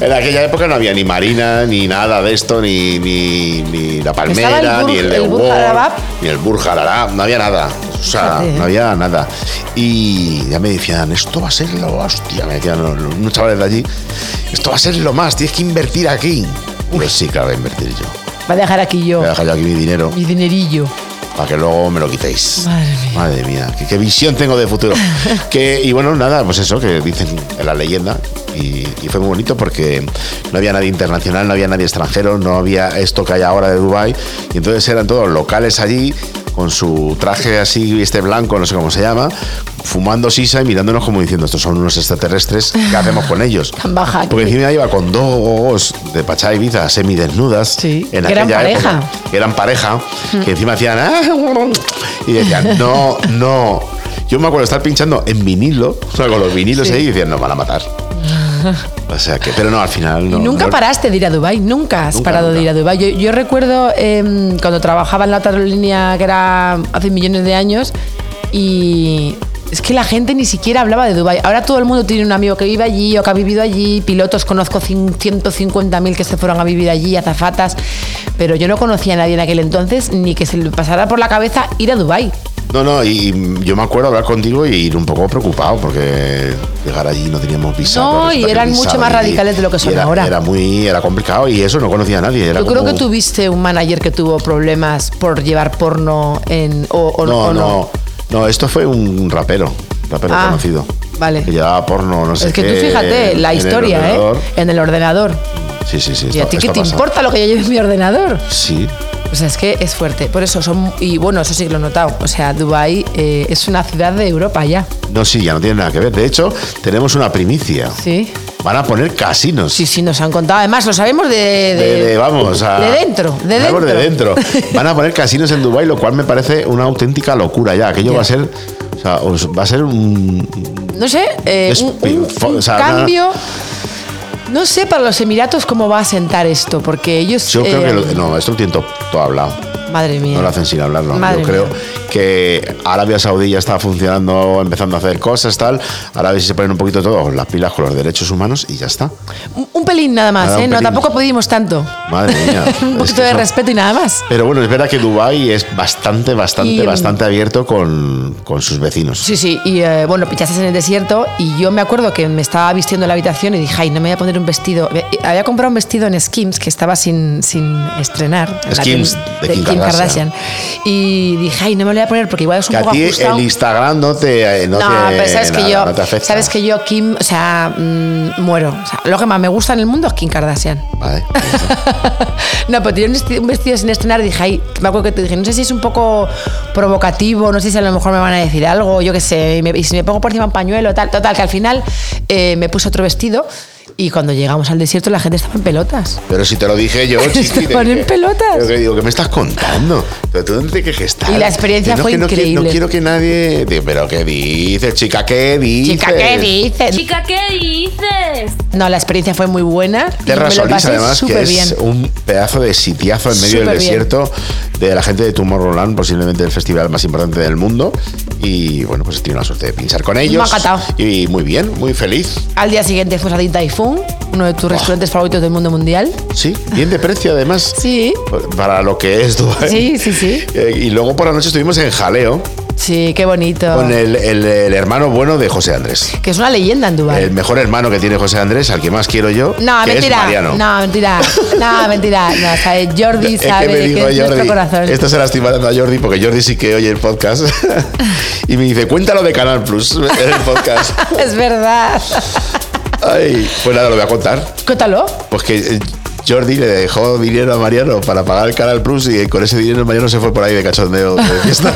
S2: en aquella época no había ni Marina, ni nada de esto, ni, ni, ni la Palmera,
S3: Estaba el Burj-
S2: ni el
S3: el
S2: de
S3: Burj Al Arab.
S2: ni el Burj Al Arab, no había nada. O sea,
S3: Fíjate, ¿eh?
S2: no había nada. Y ya me decían, esto va a ser lo hostia, me decían los- los- unos chavales de allí, esto va a ser lo más, tienes que invertir aquí. Pues sí, claro, voy a invertir yo.
S3: Va a dejar aquí yo
S2: Voy a dejar yo aquí mi dinero
S3: mi dinerillo.
S2: para que luego me lo quitéis.
S3: Madre mía.
S2: Madre mía, qué, qué visión tengo de futuro. que, y bueno, nada, pues eso, que dicen en la leyenda. Y, y fue muy bonito porque no había nadie internacional, no había nadie extranjero, no había esto que hay ahora de Dubai Y entonces eran todos locales allí, con su traje así, este blanco, no sé cómo se llama, fumando sisa y mirándonos como diciendo, estos son unos extraterrestres, ¿qué hacemos con ellos?
S3: Tan baja
S2: Porque
S3: aquí.
S2: encima iba con dos gogos de Pachá Ibiza semidesnudas
S3: Sí,
S2: en
S3: que eran
S2: aquella
S3: pareja.
S2: época que eran pareja, que encima hacían "Ah", y decían, no, no. Yo me acuerdo estar pinchando en vinilo, o sea, con los vinilos ahí, y decían, nos van a matar. O sea que, pero no, al final no.
S3: y nunca
S2: no-
S3: paraste de ir a Dubai, nunca has
S2: Nunca,
S3: parado de
S2: nunca.
S3: ir a Dubai. Yo, yo recuerdo em, cuando trabajaba en la otra aerolínea que era hace millones de años y es que la gente ni siquiera hablaba de Dubai. Ahora todo el mundo tiene un amigo que vive allí o que ha vivido allí, pilotos conozco cin- 150.000 que se fueron a vivir allí, azafatas, pero yo no conocía a nadie en aquel entonces ni que se le pasara por la cabeza ir a Dubai.
S2: No, no, y, y yo me acuerdo hablar contigo y ir un poco preocupado porque llegar allí no teníamos visado.
S3: No, y
S2: resulta que
S3: eran mucho
S2: visado,
S3: más
S2: y-
S3: radicales de lo que
S2: y
S3: son
S2: era-
S3: ahora.
S2: Era muy, era complicado y eso no conocía a nadie. era
S3: Yo creo
S2: como-
S3: que tuviste un manager que tuvo problemas por llevar porno en, o, o-
S2: no,
S3: o
S2: no, no, esto fue un rapero, rapero
S3: Ah,
S2: conocido.
S3: vale.
S2: Que llevaba porno, no sé
S3: Es que
S2: qué,
S3: tú fíjate, la
S2: en el
S3: historia, ¿eh?
S2: ordenador.
S3: En el ordenador.
S2: Sí, sí, sí.
S3: ¿Y
S2: esto-
S3: a ti qué
S2: esto
S3: te
S2: pasa.
S3: importa lo que yo lleve en mi ordenador?
S2: Sí.
S3: O sea, es que es fuerte. Por eso son. Y bueno, eso sí que lo he notado. O sea, Dubái eh, es una ciudad de Europa ya.
S2: No, sí, ya no tiene nada que ver. De hecho, tenemos una primicia.
S3: Sí.
S2: Van a poner casinos.
S3: Sí, sí, nos han contado. Además, lo sabemos de. de-
S2: De, de- vamos, a-
S3: de dentro. De dentro.
S2: Vamos de dentro. Van a poner casinos en Dubai, lo cual me parece una auténtica locura ya. Aquello
S3: Ya.
S2: va a ser, o sea, os- va a ser un
S3: No sé, eh,
S2: Es
S3: un, un-
S2: pinfo-
S3: un
S2: o sea,
S3: cambio. No sé para los Emiratos cómo va a sentar esto, porque ellos.
S2: yo creo
S3: eh,
S2: que lo- no, esto lo tiene to- todo hablado.
S3: Madre mía.
S2: No lo hacen sin hablarlo.
S3: Madre
S2: Yo creo
S3: mía.
S2: que Arabia Saudí ya está funcionando, empezando a hacer cosas, tal. Ahora a ver si se ponen un poquito todos las pilas con los derechos humanos y ya está.
S3: Un, un pelín nada más,
S2: Nada,
S3: ¿eh?
S2: un
S3: No,
S2: pelín.
S3: tampoco pedimos tanto.
S2: Madre mía.
S3: un
S2: Es
S3: poquito
S2: que
S3: de
S2: eso-
S3: respeto y nada más.
S2: Pero bueno, es verdad que Dubai es bastante, bastante,
S3: Y, mm,
S2: bastante abierto con, con sus vecinos.
S3: Sí, sí, y eh, bueno, pinchaste en el desierto y yo me acuerdo que me estaba vistiendo en la habitación y dije, ay, no me voy a poner un vestido. Eh, Había comprado un vestido en Skims que estaba sin, sin estrenar. en la
S2: Skims,
S3: Kim-
S2: de Kim Kardashian.
S3: Y dije, ay, no me lo voy a poner porque igual es un
S2: que a
S3: poco
S2: ti
S3: ajustado.
S2: el Instagram no te. eh, No,
S3: No,
S2: te-
S3: pero sabes que
S2: nada,
S3: yo,
S2: no te afecta.
S3: sabes que yo Kim, o sea, mm, muero. O sea, lo que más me gusta en el mundo es Kim Kardashian.
S2: Vale.
S3: no, pero tenía un vesti- un vestido sin estrenar. Dije, ay, me acuerdo que te dije, no sé si es un poco provocativo, no sé si a lo mejor me van a decir algo, yo qué sé, y, me- y si me pongo por encima un pañuelo, tal, total, que al final eh, me puse otro vestido y cuando llegamos al desierto la gente estaba en pelotas.
S2: Pero si te lo dije yo, chiqui. te
S3: Estaban en
S2: dije-
S3: pelotas.
S2: Yo te digo, ¿qué me estás contando? Pero tú dónde te quejes tal?
S3: Y la experiencia
S2: Que no,
S3: fue
S2: que no qui-
S3: increíble.
S2: No quiero que nadie. Digo, ¿Pero qué dices, chica? ¿Qué dices?
S3: Chica, ¿qué dices?
S4: Chica, ¿qué dices?
S3: No, la experiencia fue muy buena. y
S2: Terra
S3: me lo
S2: Solís,
S3: pasé
S2: además, que
S3: súper
S2: es
S3: bien.
S2: un pedazo de sitiazo en medio del
S3: Superbién.
S2: desierto de la gente de Tomorrowland, posiblemente el festival más importante del mundo. Y bueno, pues he tenido la suerte de pinchar con ellos.
S3: encantado.
S2: Y muy bien, muy feliz.
S3: Al día siguiente fuimos a Din Tai Fung, uno de tus restaurantes favoritos del mundo mundial.
S2: Sí, bien de precio además.
S3: Sí.
S2: Para lo que es Dubái.
S3: Sí, sí, sí.
S2: Eh, Y luego por la noche estuvimos en Jaleo
S3: Sí, qué bonito.
S2: con el, el- el hermano bueno de José Andrés.
S3: Que es una leyenda en Dubái.
S2: El mejor hermano que tiene José Andrés, al que más quiero yo.
S3: No,
S2: que es
S3: mentira.
S2: Mariano.
S3: No, mentira. No, mentira. No, sabe, Jordi
S2: Es que
S3: sabe
S2: me
S3: que,
S2: dijo
S3: es nuestro corazón.
S2: Esto se la estoy mandando a Jordi porque Jordi sí que oye el podcast. y me dice, cuéntalo de Canal Plus en el podcast.
S3: Es verdad.
S2: Ay, pues nada, lo voy a contar.
S3: Cuéntalo.
S2: Pues que eh, Jordi le dejó dinero a Mariano para pagar el Canal Plus y con ese dinero Mariano se fue por ahí de cachondeo de fiesta.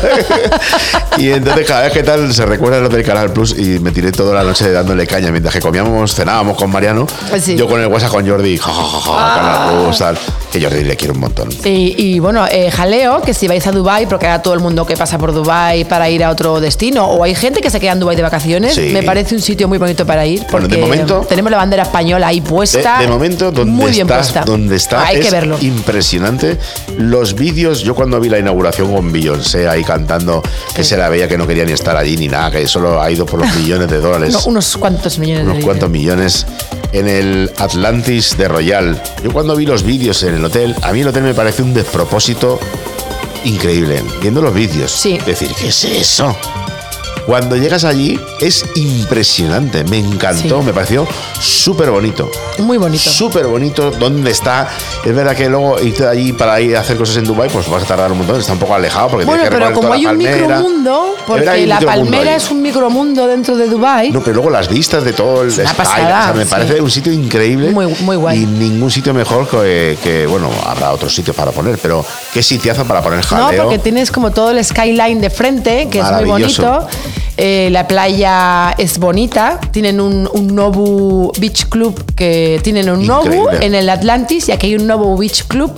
S2: y entonces cada vez que tal se recuerda lo del Canal Plus y me tiré toda la noche dándole caña mientras que comíamos, cenábamos con Mariano.
S3: Pues sí. Ah.
S2: Yo con el WhatsApp con Jordi, ja, ja, ja, ja, Canal Plus, tal. Que Jordi le quiero un montón.
S3: Y, y, bueno, eh, jaleo, que si vais a Dubai, porque ahora todo el mundo que pasa por Dubai para ir a otro destino, o hay gente que se queda en Dubai de vacaciones,
S2: Sí.
S3: me parece un sitio muy bonito para ir,
S2: Bueno,
S3: porque
S2: de momento-
S3: tenemos la bandera española ahí
S2: De,
S3: puesta.
S2: de momento, donde
S3: muy bien
S2: estás,
S3: puesta.
S2: donde está
S3: Hay
S2: es
S3: que verlo.
S2: impresionante. Los vídeos, yo cuando vi la inauguración con Beyoncé ahí cantando, que se la veía que no quería ni estar allí ni nada, que solo ha ido por los millones de dólares.
S3: No, unos cuantos millones de
S2: unos cuantos millones en el Atlantis de Royal. Yo cuando vi los vídeos en el hotel, a mí el hotel me parece un despropósito increíble. Viendo los vídeos,
S3: Sí.
S2: decir, ¿qué es eso? Cuando llegas allí es impresionante, me encantó,
S3: Sí.
S2: me pareció súper bonito.
S3: Muy bonito.
S2: Súper bonito, ¿dónde está? Es verdad que luego irte de allí para ir a hacer cosas en Dubai pues vas a tardar un montón, está un poco alejado porque
S3: Bueno,
S2: tienes que
S3: pero
S2: recorrer
S3: como
S2: toda
S3: hay
S2: la
S3: un
S2: palmera.
S3: micromundo,
S2: Es verdad que hay
S3: porque
S2: un
S3: la
S2: micromundo
S3: palmera
S2: ahí.
S3: es un micromundo dentro de Dubai.
S2: No, pero luego las vistas de todo el
S3: una
S2: Sky,
S3: pasada,
S2: o sea, me
S3: sí.
S2: parece un sitio increíble.
S3: Muy- muy guay.
S2: Y ningún sitio mejor que, que, bueno, habrá otros sitios para poner, pero qué sitiazo para poner
S3: No,
S2: jaleo.
S3: porque tienes como todo el skyline de frente, que es muy
S2: Maravilloso.
S3: bonito. Eh, la playa es bonita. Tienen un, un Nobu Beach Club, que tienen un Nobu
S2: Increíble.
S3: en el Atlantis y aquí hay un Nobu Beach Club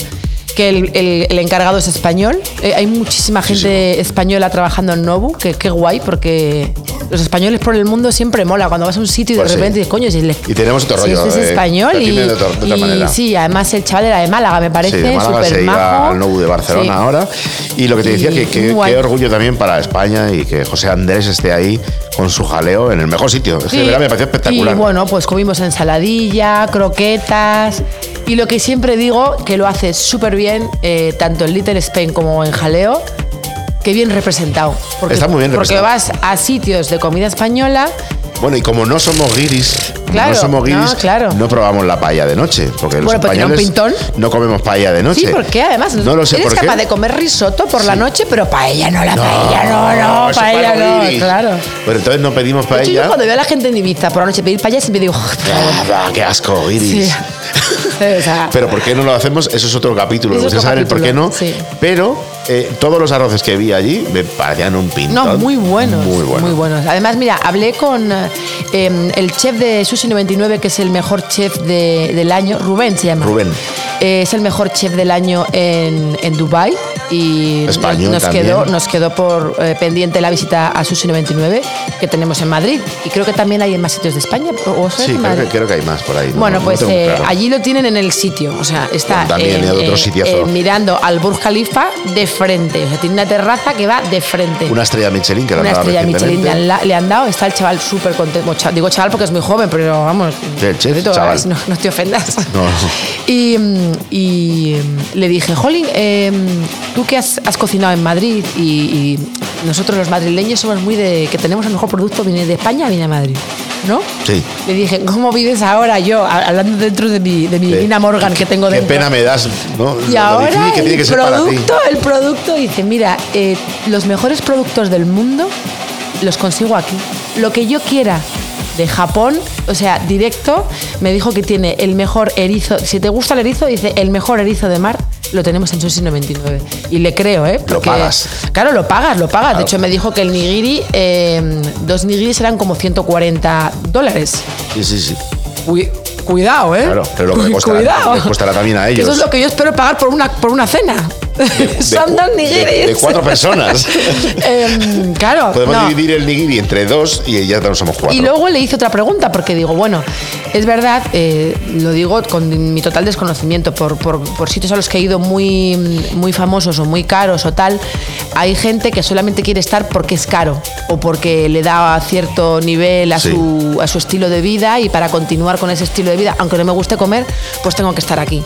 S3: que el, el- el encargado es español. Eh, hay muchísima gente española trabajando en Nobu, que qué guay, porque los españoles por el mundo siempre mola. Cuando vas a un sitio y
S2: Pues
S3: de
S2: sí.
S3: repente dices, coño, si le-
S2: Y tenemos otro
S3: si
S2: rollo,
S3: este es
S2: eh,
S3: español
S2: lo
S3: y,
S2: tienen de otra- de otra
S3: y
S2: manera.
S3: sí, además el chaval era de Málaga, me parece,
S2: Sí, de Málaga
S3: súper
S2: se iba
S3: majo.
S2: al Nobu de Barcelona
S3: Sí.
S2: ahora. Y lo que te decía,
S3: Y
S2: que, que-
S3: muy guay.
S2: qué orgullo también para España y que José Andrés esté ahí con su jaleo en el mejor sitio. Es que de
S3: Sí.
S2: verdad me pareció espectacular.
S3: Y bueno, pues comimos ensaladilla, croquetas. Y lo que siempre digo, que lo hace súper bien, eh, tanto en Little Spain como en Jaleo, que bien representado. Porque,
S2: Está muy bien
S3: Porque vas
S2: representado.
S3: a sitios de comida española.
S2: Bueno, y como no somos guiris,
S3: Claro,
S2: no somos guiris,
S3: no, claro.
S2: probamos la paella de noche. Porque los
S3: Bueno, pero tenía un
S2: españoles
S3: pintón.
S2: no comemos paella de noche.
S3: Sí, porque además
S2: no lo sé
S3: eres
S2: por qué.
S3: capaz de comer risotto por la
S2: Sí.
S3: noche, pero paella no, la paella no, no,
S2: eso
S3: paella
S2: para
S3: no,
S2: guiris.
S3: claro.
S2: Pero entonces no pedimos
S3: De hecho, yo
S2: paella.
S3: cuando veo a la gente en Ibiza por la noche pedir paella, siempre digo, "Joder, por favor".
S2: Ah, bah, ¡Qué asco,
S3: Sí.
S2: Iris!
S3: O sea,
S2: Pero ¿por qué no lo hacemos? Eso es otro capítulo.
S3: Es
S2: Ustedes
S3: otro
S2: saben el por qué
S3: capítulo,
S2: no.
S3: sí.
S2: Pero eh, todos los arroces que vi allí me parecían un pintón.
S3: No, muy buenos.
S2: Muy bueno.
S3: Además, mira, hablé con eh, em, el chef de Sushi99, que es el mejor chef de- del año. Rubén se llama.
S2: Rubén.
S3: Eh, es el mejor chef del año en, en Dubai y nos-
S2: Español
S3: nos,
S2: también.
S3: quedó, nos quedó por eh, pendiente la visita a Sushi99 que tenemos en Madrid. Y creo que también hay en más sitios de España. o- o solo
S2: Sí,
S3: en
S2: creo
S3: Madrid.
S2: que, creo que hay más por ahí. no-
S3: Bueno,
S2: no
S3: pues
S2: tengo
S3: eh,
S2: claro.
S3: allí lo tienen en el sitio. O sea, está
S2: Bueno, también he dado otro sitiazo.
S3: mirando al Burj Khalifa de frente. O sea, tiene una terraza que va de frente.
S2: Una estrella Michelin que la
S3: Una
S2: han dado
S3: estrella Michelin le
S2: recientemente.
S3: han, la- le han dado. Está el chaval súper contento. Cha- Digo chaval porque es muy joven, pero vamos.
S2: Sí, el chef,
S3: Pedrito,
S2: chaval.
S3: No, no te ofendas.
S2: No, no.
S3: Y, mm, y, mm, le dije, Jolín, eh, tú que has, has cocinado en Madrid y, y nosotros los madrileños somos muy de que tenemos el mejor producto, viene de España, viene a Madrid. ¿No?
S2: Sí.
S3: Le dije, ¿cómo vives ahora yo? A- Hablando dentro de mi, de mi
S2: Sí.
S3: Lina Morgan que tengo
S2: Qué
S3: dentro.
S2: pena me das, ¿no?
S3: Y
S2: Lo
S3: ahora
S2: difícil que tiene
S3: el
S2: que ser para ti.
S3: producto, el producto dice, mira, eh, los mejores productos del mundo los consigo aquí. Lo que yo quiera de Japón, o sea, directo, me dijo que tiene el mejor erizo. Si te gusta el erizo, dice, el mejor erizo de mar lo tenemos en Sushi 99. Y le creo, ¿eh?
S2: Lo
S3: porque-
S2: pagas.
S3: Claro, lo pagas, lo pagas. De hecho, me dijo que el nigiri, eh, dos nigiris eran como 140 dólares.
S2: Sí, sí, sí.
S3: Cui- Cuidado, ¿eh?
S2: Claro, pero lo que
S3: Cu-
S2: le costará- le costará también a
S3: Que
S2: ellos.
S3: Eso es lo que yo espero pagar por una, por una cena. Son
S2: cu- de-
S3: dos nigiris.
S2: de cuatro personas.
S3: Em, claro.
S2: Podemos
S3: no.
S2: dividir el nigiri entre dos y ya no somos cuatro.
S3: Y luego le hice otra pregunta, porque digo, bueno, es verdad, eh, lo digo con mi total desconocimiento, por, por- por sitios a los que he ido muy, muy famosos o muy caros o tal, hay gente que solamente quiere estar porque es caro o porque le da cierto nivel a,
S2: Sí.
S3: su, a su estilo de vida y para continuar con ese estilo de vida, aunque no me guste comer, pues tengo que estar aquí.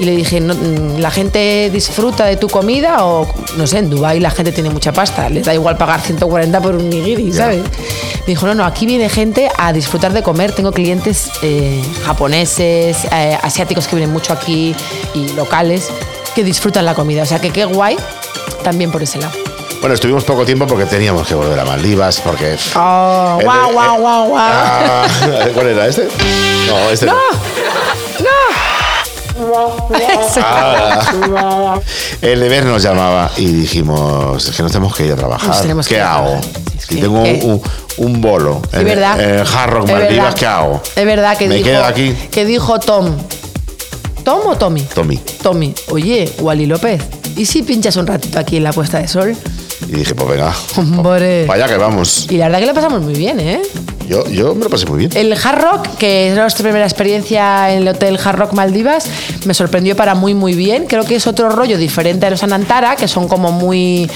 S3: Y le dije, no, mm, ¿la gente disfruta de tu comida o, no sé, en Dubái la gente tiene mucha pasta, les da igual pagar 140 por un nigiri, ¿sabes? Me dijo, no, no, aquí viene gente a disfrutar de comer. Tengo clientes eh, japoneses, eh, asiáticos que vienen mucho aquí y locales que disfrutan la comida. O sea, que qué guay también por ese lado.
S2: Bueno, estuvimos poco tiempo porque teníamos que volver a Maldivas, porque...
S3: Oh,
S2: El de-
S3: guau, guau,
S2: eh,
S3: guau, guau.
S2: Ah, ¿Cuál era este? No, este
S3: ¡No!
S2: no.
S3: ¡No! Eso.
S2: Ah. el deber nos llamaba y dijimos "Es que nos tenemos que ir a trabajar.
S3: Nos tenemos
S2: ¿Qué
S3: que ir a
S2: hago?
S3: trabajar. Sí, es
S2: Si
S3: que-
S2: tengo
S3: ¿qué?
S2: un, un bolo
S3: Es
S2: en,
S3: verdad.
S2: en eh, Hard Rock
S3: Es
S2: Maldivas,
S3: verdad.
S2: ¿qué hago?
S3: Es verdad que
S2: Me
S3: dijo.
S2: quedo aquí.
S3: Que dijo Tom. ¿Tom o Tommy?
S2: Tommy.
S3: Tommy. Oye, Wally López, ¿y si pinchas un ratito aquí en la puesta de sol?
S2: Y dije, pues venga,
S3: Hombre.
S2: vaya que vamos.
S3: Y Eh, la verdad que la pasamos muy bien, ¿eh?
S2: Yo, yo me lo pasé muy bien.
S3: El Hard Rock, que es nuestra primera experiencia en el Hotel Hard Rock Maldivas, me sorprendió para muy, muy bien. Creo que es otro rollo diferente a los Anantara, que son como muy...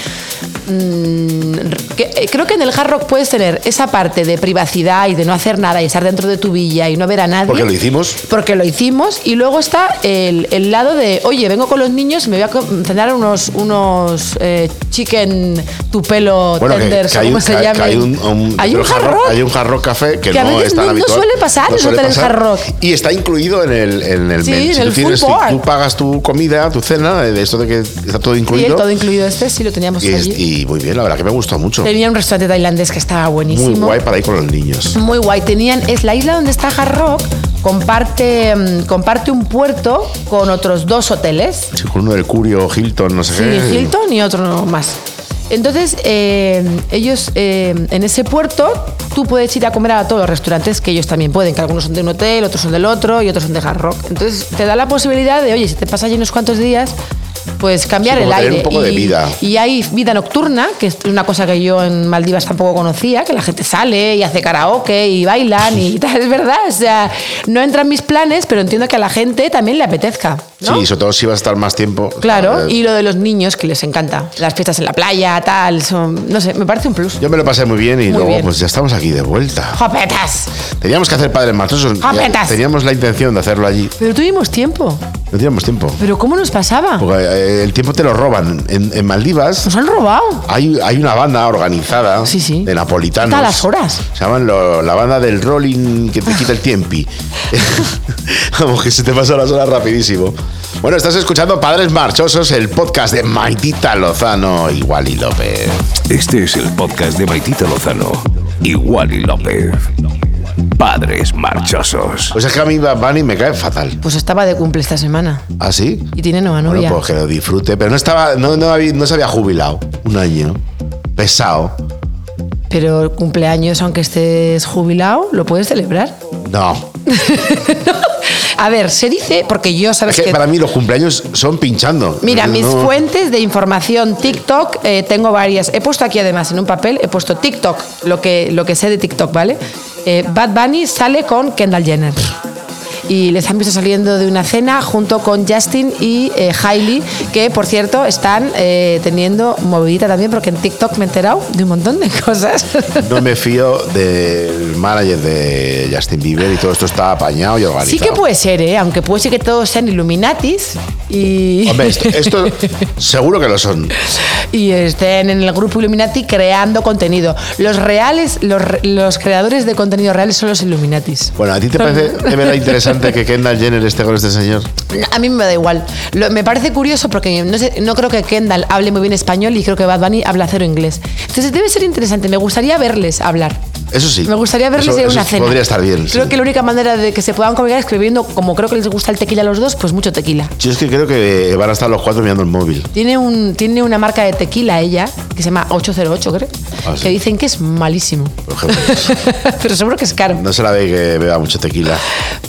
S3: mm, que- eh, creo que en el Hard Rock puedes tener esa parte de privacidad y de no hacer nada y estar dentro de tu villa y no ver a nadie.
S2: Porque lo hicimos.
S3: Porque lo hicimos y luego está el, el lado de, oye, vengo con los niños y me voy a co- cenar unos, unos eh, chicken tu pelo
S2: Bueno, que,
S3: tenders,
S2: que
S3: o
S2: hay,
S3: como
S2: un,
S3: se
S2: que- que
S3: llame.
S2: hay un, un-
S3: Hay
S2: yo creo
S3: un
S2: que
S3: hard rock.
S2: hay un hard rock café que
S3: Que a
S2: no
S3: veces
S2: es tan
S3: no- no
S2: habitual.
S3: suele pasar en los
S2: suele
S3: hoteles
S2: pasar.
S3: hard rock.
S2: Y está incluido en el, en el
S3: Sí,
S2: menú. Si
S3: en
S2: tú,
S3: el full
S2: tienes tu-
S3: board.
S2: tú pagas tu comida, tu cena, eh, de esto de que está todo
S3: Y el
S2: incluido.
S3: todo incluido este, sí lo teníamos
S2: y, es-
S3: allí.
S2: y muy bien, la verdad que me gustó mucho.
S3: Tenía un restaurante tailandés que estaba buenísimo.
S2: Muy guay para ir con los niños.
S3: Muy guay. Tenían, es la isla donde está Hard Rock, comparte, mm, comparte un puerto con otros dos hoteles.
S2: Sí, con uno del Curio, Hilton, no sé
S3: Sí,
S2: qué.
S3: Hilton y otro más. Entonces, eh, ellos eh, en ese puerto, tú puedes ir a comer a todos los restaurantes que ellos también pueden, que algunos son de un hotel, otros son del otro y otros son de Hard Rock. Entonces, te da la posibilidad de, oye, si te pasas allí unos cuantos días, pues cambiar
S2: Sí,
S3: el
S2: como tener
S3: aire.
S2: un poco de
S3: y,
S2: vida.
S3: y hay vida nocturna, que es una cosa que yo en Maldivas tampoco conocía, que la gente sale y hace karaoke y bailan y tal, es verdad. O sea, no entran mis planes, pero entiendo que a la gente también le apetezca. ¿no?
S2: Sí, y sobre todo si vas a estar más tiempo.
S3: Claro,
S2: Eh,
S3: y lo de los niños que les encanta. Las fiestas en la playa, tal, son, no sé, me parece un plus.
S2: Yo me lo pasé muy bien y
S3: Muy
S2: luego
S3: bien.
S2: pues ya estamos aquí de vuelta.
S3: ¡Jopetas!
S2: Teníamos que hacer padres marchosos. ya
S3: Jopetas.
S2: Teníamos la intención de hacerlo allí.
S3: Pero tuvimos tiempo.
S2: No teníamos tiempo.
S3: ¿Pero cómo nos pasaba?
S2: Porque eh, el tiempo te lo roban. En, en Maldivas
S3: Nos han robado.
S2: hay, hay una banda organizada
S3: Sí, sí.
S2: de napolitanos.
S3: Hasta las horas.
S2: Se llaman lo- la banda del rolling que te quita el tiempi. Como que se te pasan las horas rapidísimo. Bueno, estás escuchando Padres Marchosos, el podcast de Maitita Lozano y Wally López.
S1: Este es el podcast de Maitita Lozano y Wally López. Padres marchosos.
S2: Pues es que a mí Bad Bunny me cae fatal.
S3: Pues estaba de cumple esta semana.
S2: ¿Ah, sí?
S3: Y tiene nueva
S2: Bueno,
S3: novia.
S2: pues que lo disfrute. Pero no estaba, no, no, había- no se había jubilado. Un año. Pesado.
S3: Pero cumpleaños, aunque estés jubilado, lo puedes celebrar.
S2: No.
S3: A ver, se dice, porque yo sabes
S2: Es que
S3: que.
S2: para mí los cumpleaños son pinchando.
S3: Mira, mis
S2: No-
S3: fuentes de información, TikTok, eh, tengo varias. He puesto aquí además en un papel, he puesto TikTok, lo que, lo que sé de TikTok, ¿vale? Eh, Bad Bunny sale con Kendall Jenner. Y les han visto saliendo de una cena junto con Justin y eh, Hailey, que por cierto están eh, teniendo movidita también, porque en TikTok me he enterado de un montón de cosas.
S2: No me fío del manager de Justin Bieber y todo esto está apañado y
S3: Sí
S2: organizado.
S3: que puede ser, ¿eh? aunque puede ser que todos sean Illuminatis y.
S2: Hombre, esto, esto seguro que lo son.
S3: y estén en el grupo Illuminati creando contenido. Los reales, los, re- los creadores de contenido reales son los Illuminatis.
S2: Bueno, ¿a ti te parece de verdad interesante que Kendall Jenner esté con este señor?
S3: No, A mí me da igual. Lo- me parece curioso porque no, sé- no creo que Kendall hable muy bien español y creo que Bad Bunny habla cero inglés. Entonces debe ser interesante. Me gustaría verles hablar.
S2: Eso sí.
S3: Me gustaría verles
S2: Eso-
S3: en
S2: eso
S3: una cena.
S2: Podría estar bien.
S3: Creo
S2: sí.
S3: que la única manera de que se puedan comunicar es escribiendo, como creo que les gusta el tequila a los dos, pues mucho tequila.
S2: Yo es que creo que van a estar los cuatro mirando el móvil.
S3: Tiene, un, tiene una marca de tequila ella, que se llama 808, creo,
S2: Ah,
S3: que
S2: sí.
S3: dicen que es malísimo.
S2: Por ejemplo,
S3: Pero seguro que es caro.
S2: no se la ve que beba mucho tequila.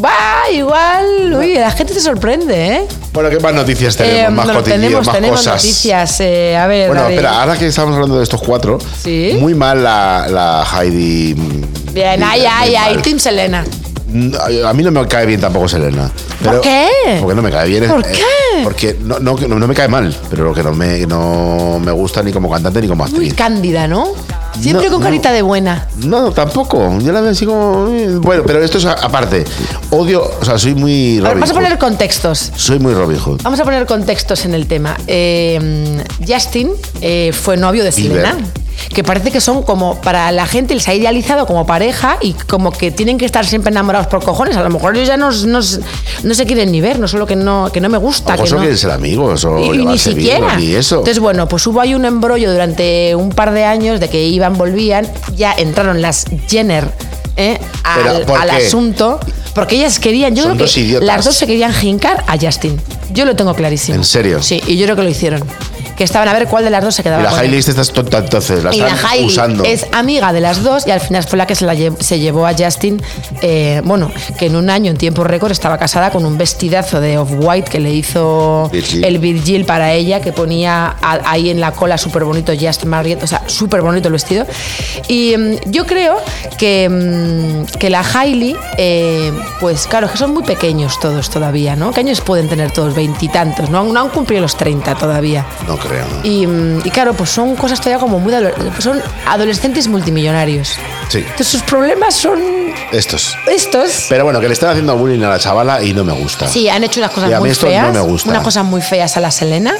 S3: Va, igual, uy, la gente se sorprende, ¿eh?
S2: Bueno, ¿qué más noticias tenemos?
S3: Eh,
S2: más
S3: no,
S2: cotilleos,
S3: tenemos,
S2: más
S3: tenemos
S2: cosas.
S3: noticias. eh, a ver,
S2: Bueno,
S3: David.
S2: espera, ah, ahora que estamos hablando de estos cuatro,
S3: Sí.
S2: muy mal la, la Heidi.
S3: Bien,
S2: Mira,
S3: ay,
S2: muy
S3: ay, ay,
S2: mal.
S3: Team Selena.
S2: No, A mí no me cae bien tampoco Selena.
S3: ¿Por qué?
S2: Porque no me cae bien.
S3: ¿Por
S2: eh,
S3: qué?
S2: Porque no, no, no- no me cae mal, pero lo que no me, no me gusta ni como cantante ni como
S3: Muy
S2: actriz.
S3: cándida, ¿no? Siempre
S2: No,
S3: con
S2: no.
S3: carita de buena.
S2: No, tampoco. Yo la veo así como. eh, Bueno, pero esto es a- aparte. Odio, o sea, soy muy
S3: A ver,
S2: Robin
S3: vamos a
S2: Hood.
S3: poner contextos.
S2: Soy muy Robin Hood.
S3: Vamos a poner contextos en el tema. Eh, Justin eh, fue novio de
S2: Bieber.
S3: Selena. que parece que son como para la gente, les ha idealizado como pareja y como que tienen que estar siempre enamorados por cojones. A lo mejor ellos ya no, no, no se quieren ni ver, no solo que no, que no me gusta.
S2: A lo
S3: Ah, que
S2: mejor
S3: no.
S2: quieren ser amigos o
S3: Y- y ni
S2: llevarse bien,
S3: siquiera.
S2: ni eso.
S3: Entonces, bueno, pues hubo ahí un embrollo durante un par de años de que iban, volvían, ya entraron las Jenner ¿eh? al,
S2: Pero, ¿por
S3: al
S2: qué?
S3: asunto. Porque ellas querían, yo
S2: Son
S3: creo
S2: dos
S3: que
S2: idiotas.
S3: las dos se querían jincar a Justin. Yo lo tengo clarísimo.
S2: ¿En serio?
S3: Sí, y yo creo que lo hicieron. Que estaban a ver cuál de las dos se
S2: y
S3: quedaba
S2: la
S3: con él.
S2: Hailey esta es tonta entonces, la
S3: Y la
S2: están
S3: Hailey
S2: usando.
S3: es amiga de las dos y al final fue la que se, la lle- se llevó a Justin, eh, bueno, que en un año, en tiempo récord, estaba casada con un vestidazo de off-white que le hizo
S2: Virgil.
S3: el Virgil para ella, que ponía a- ahí en la cola súper bonito Just Marriott, o sea, súper bonito el vestido. Y mm, yo creo que, mm, que la Hailey, eh, pues claro, es que son muy pequeños todos todavía, ¿no? ¿Qué años pueden tener todos? Veintitantos, ¿no? han- no han cumplido los 30 todavía.
S2: No creo. ¿no?
S3: Y, mm, y claro, pues son cosas todavía como muy adole- son adolescentes multimillonarios.
S2: Sí.
S3: Entonces sus problemas son
S2: Estos.
S3: estos.
S2: Pero bueno, que le están haciendo bullying a la chavala y no me gusta.
S3: Sí, han hecho unas cosas
S2: Y a mí
S3: muy
S2: esto no
S3: feas.
S2: me gusta.
S3: Unas cosas muy feas a la Selena.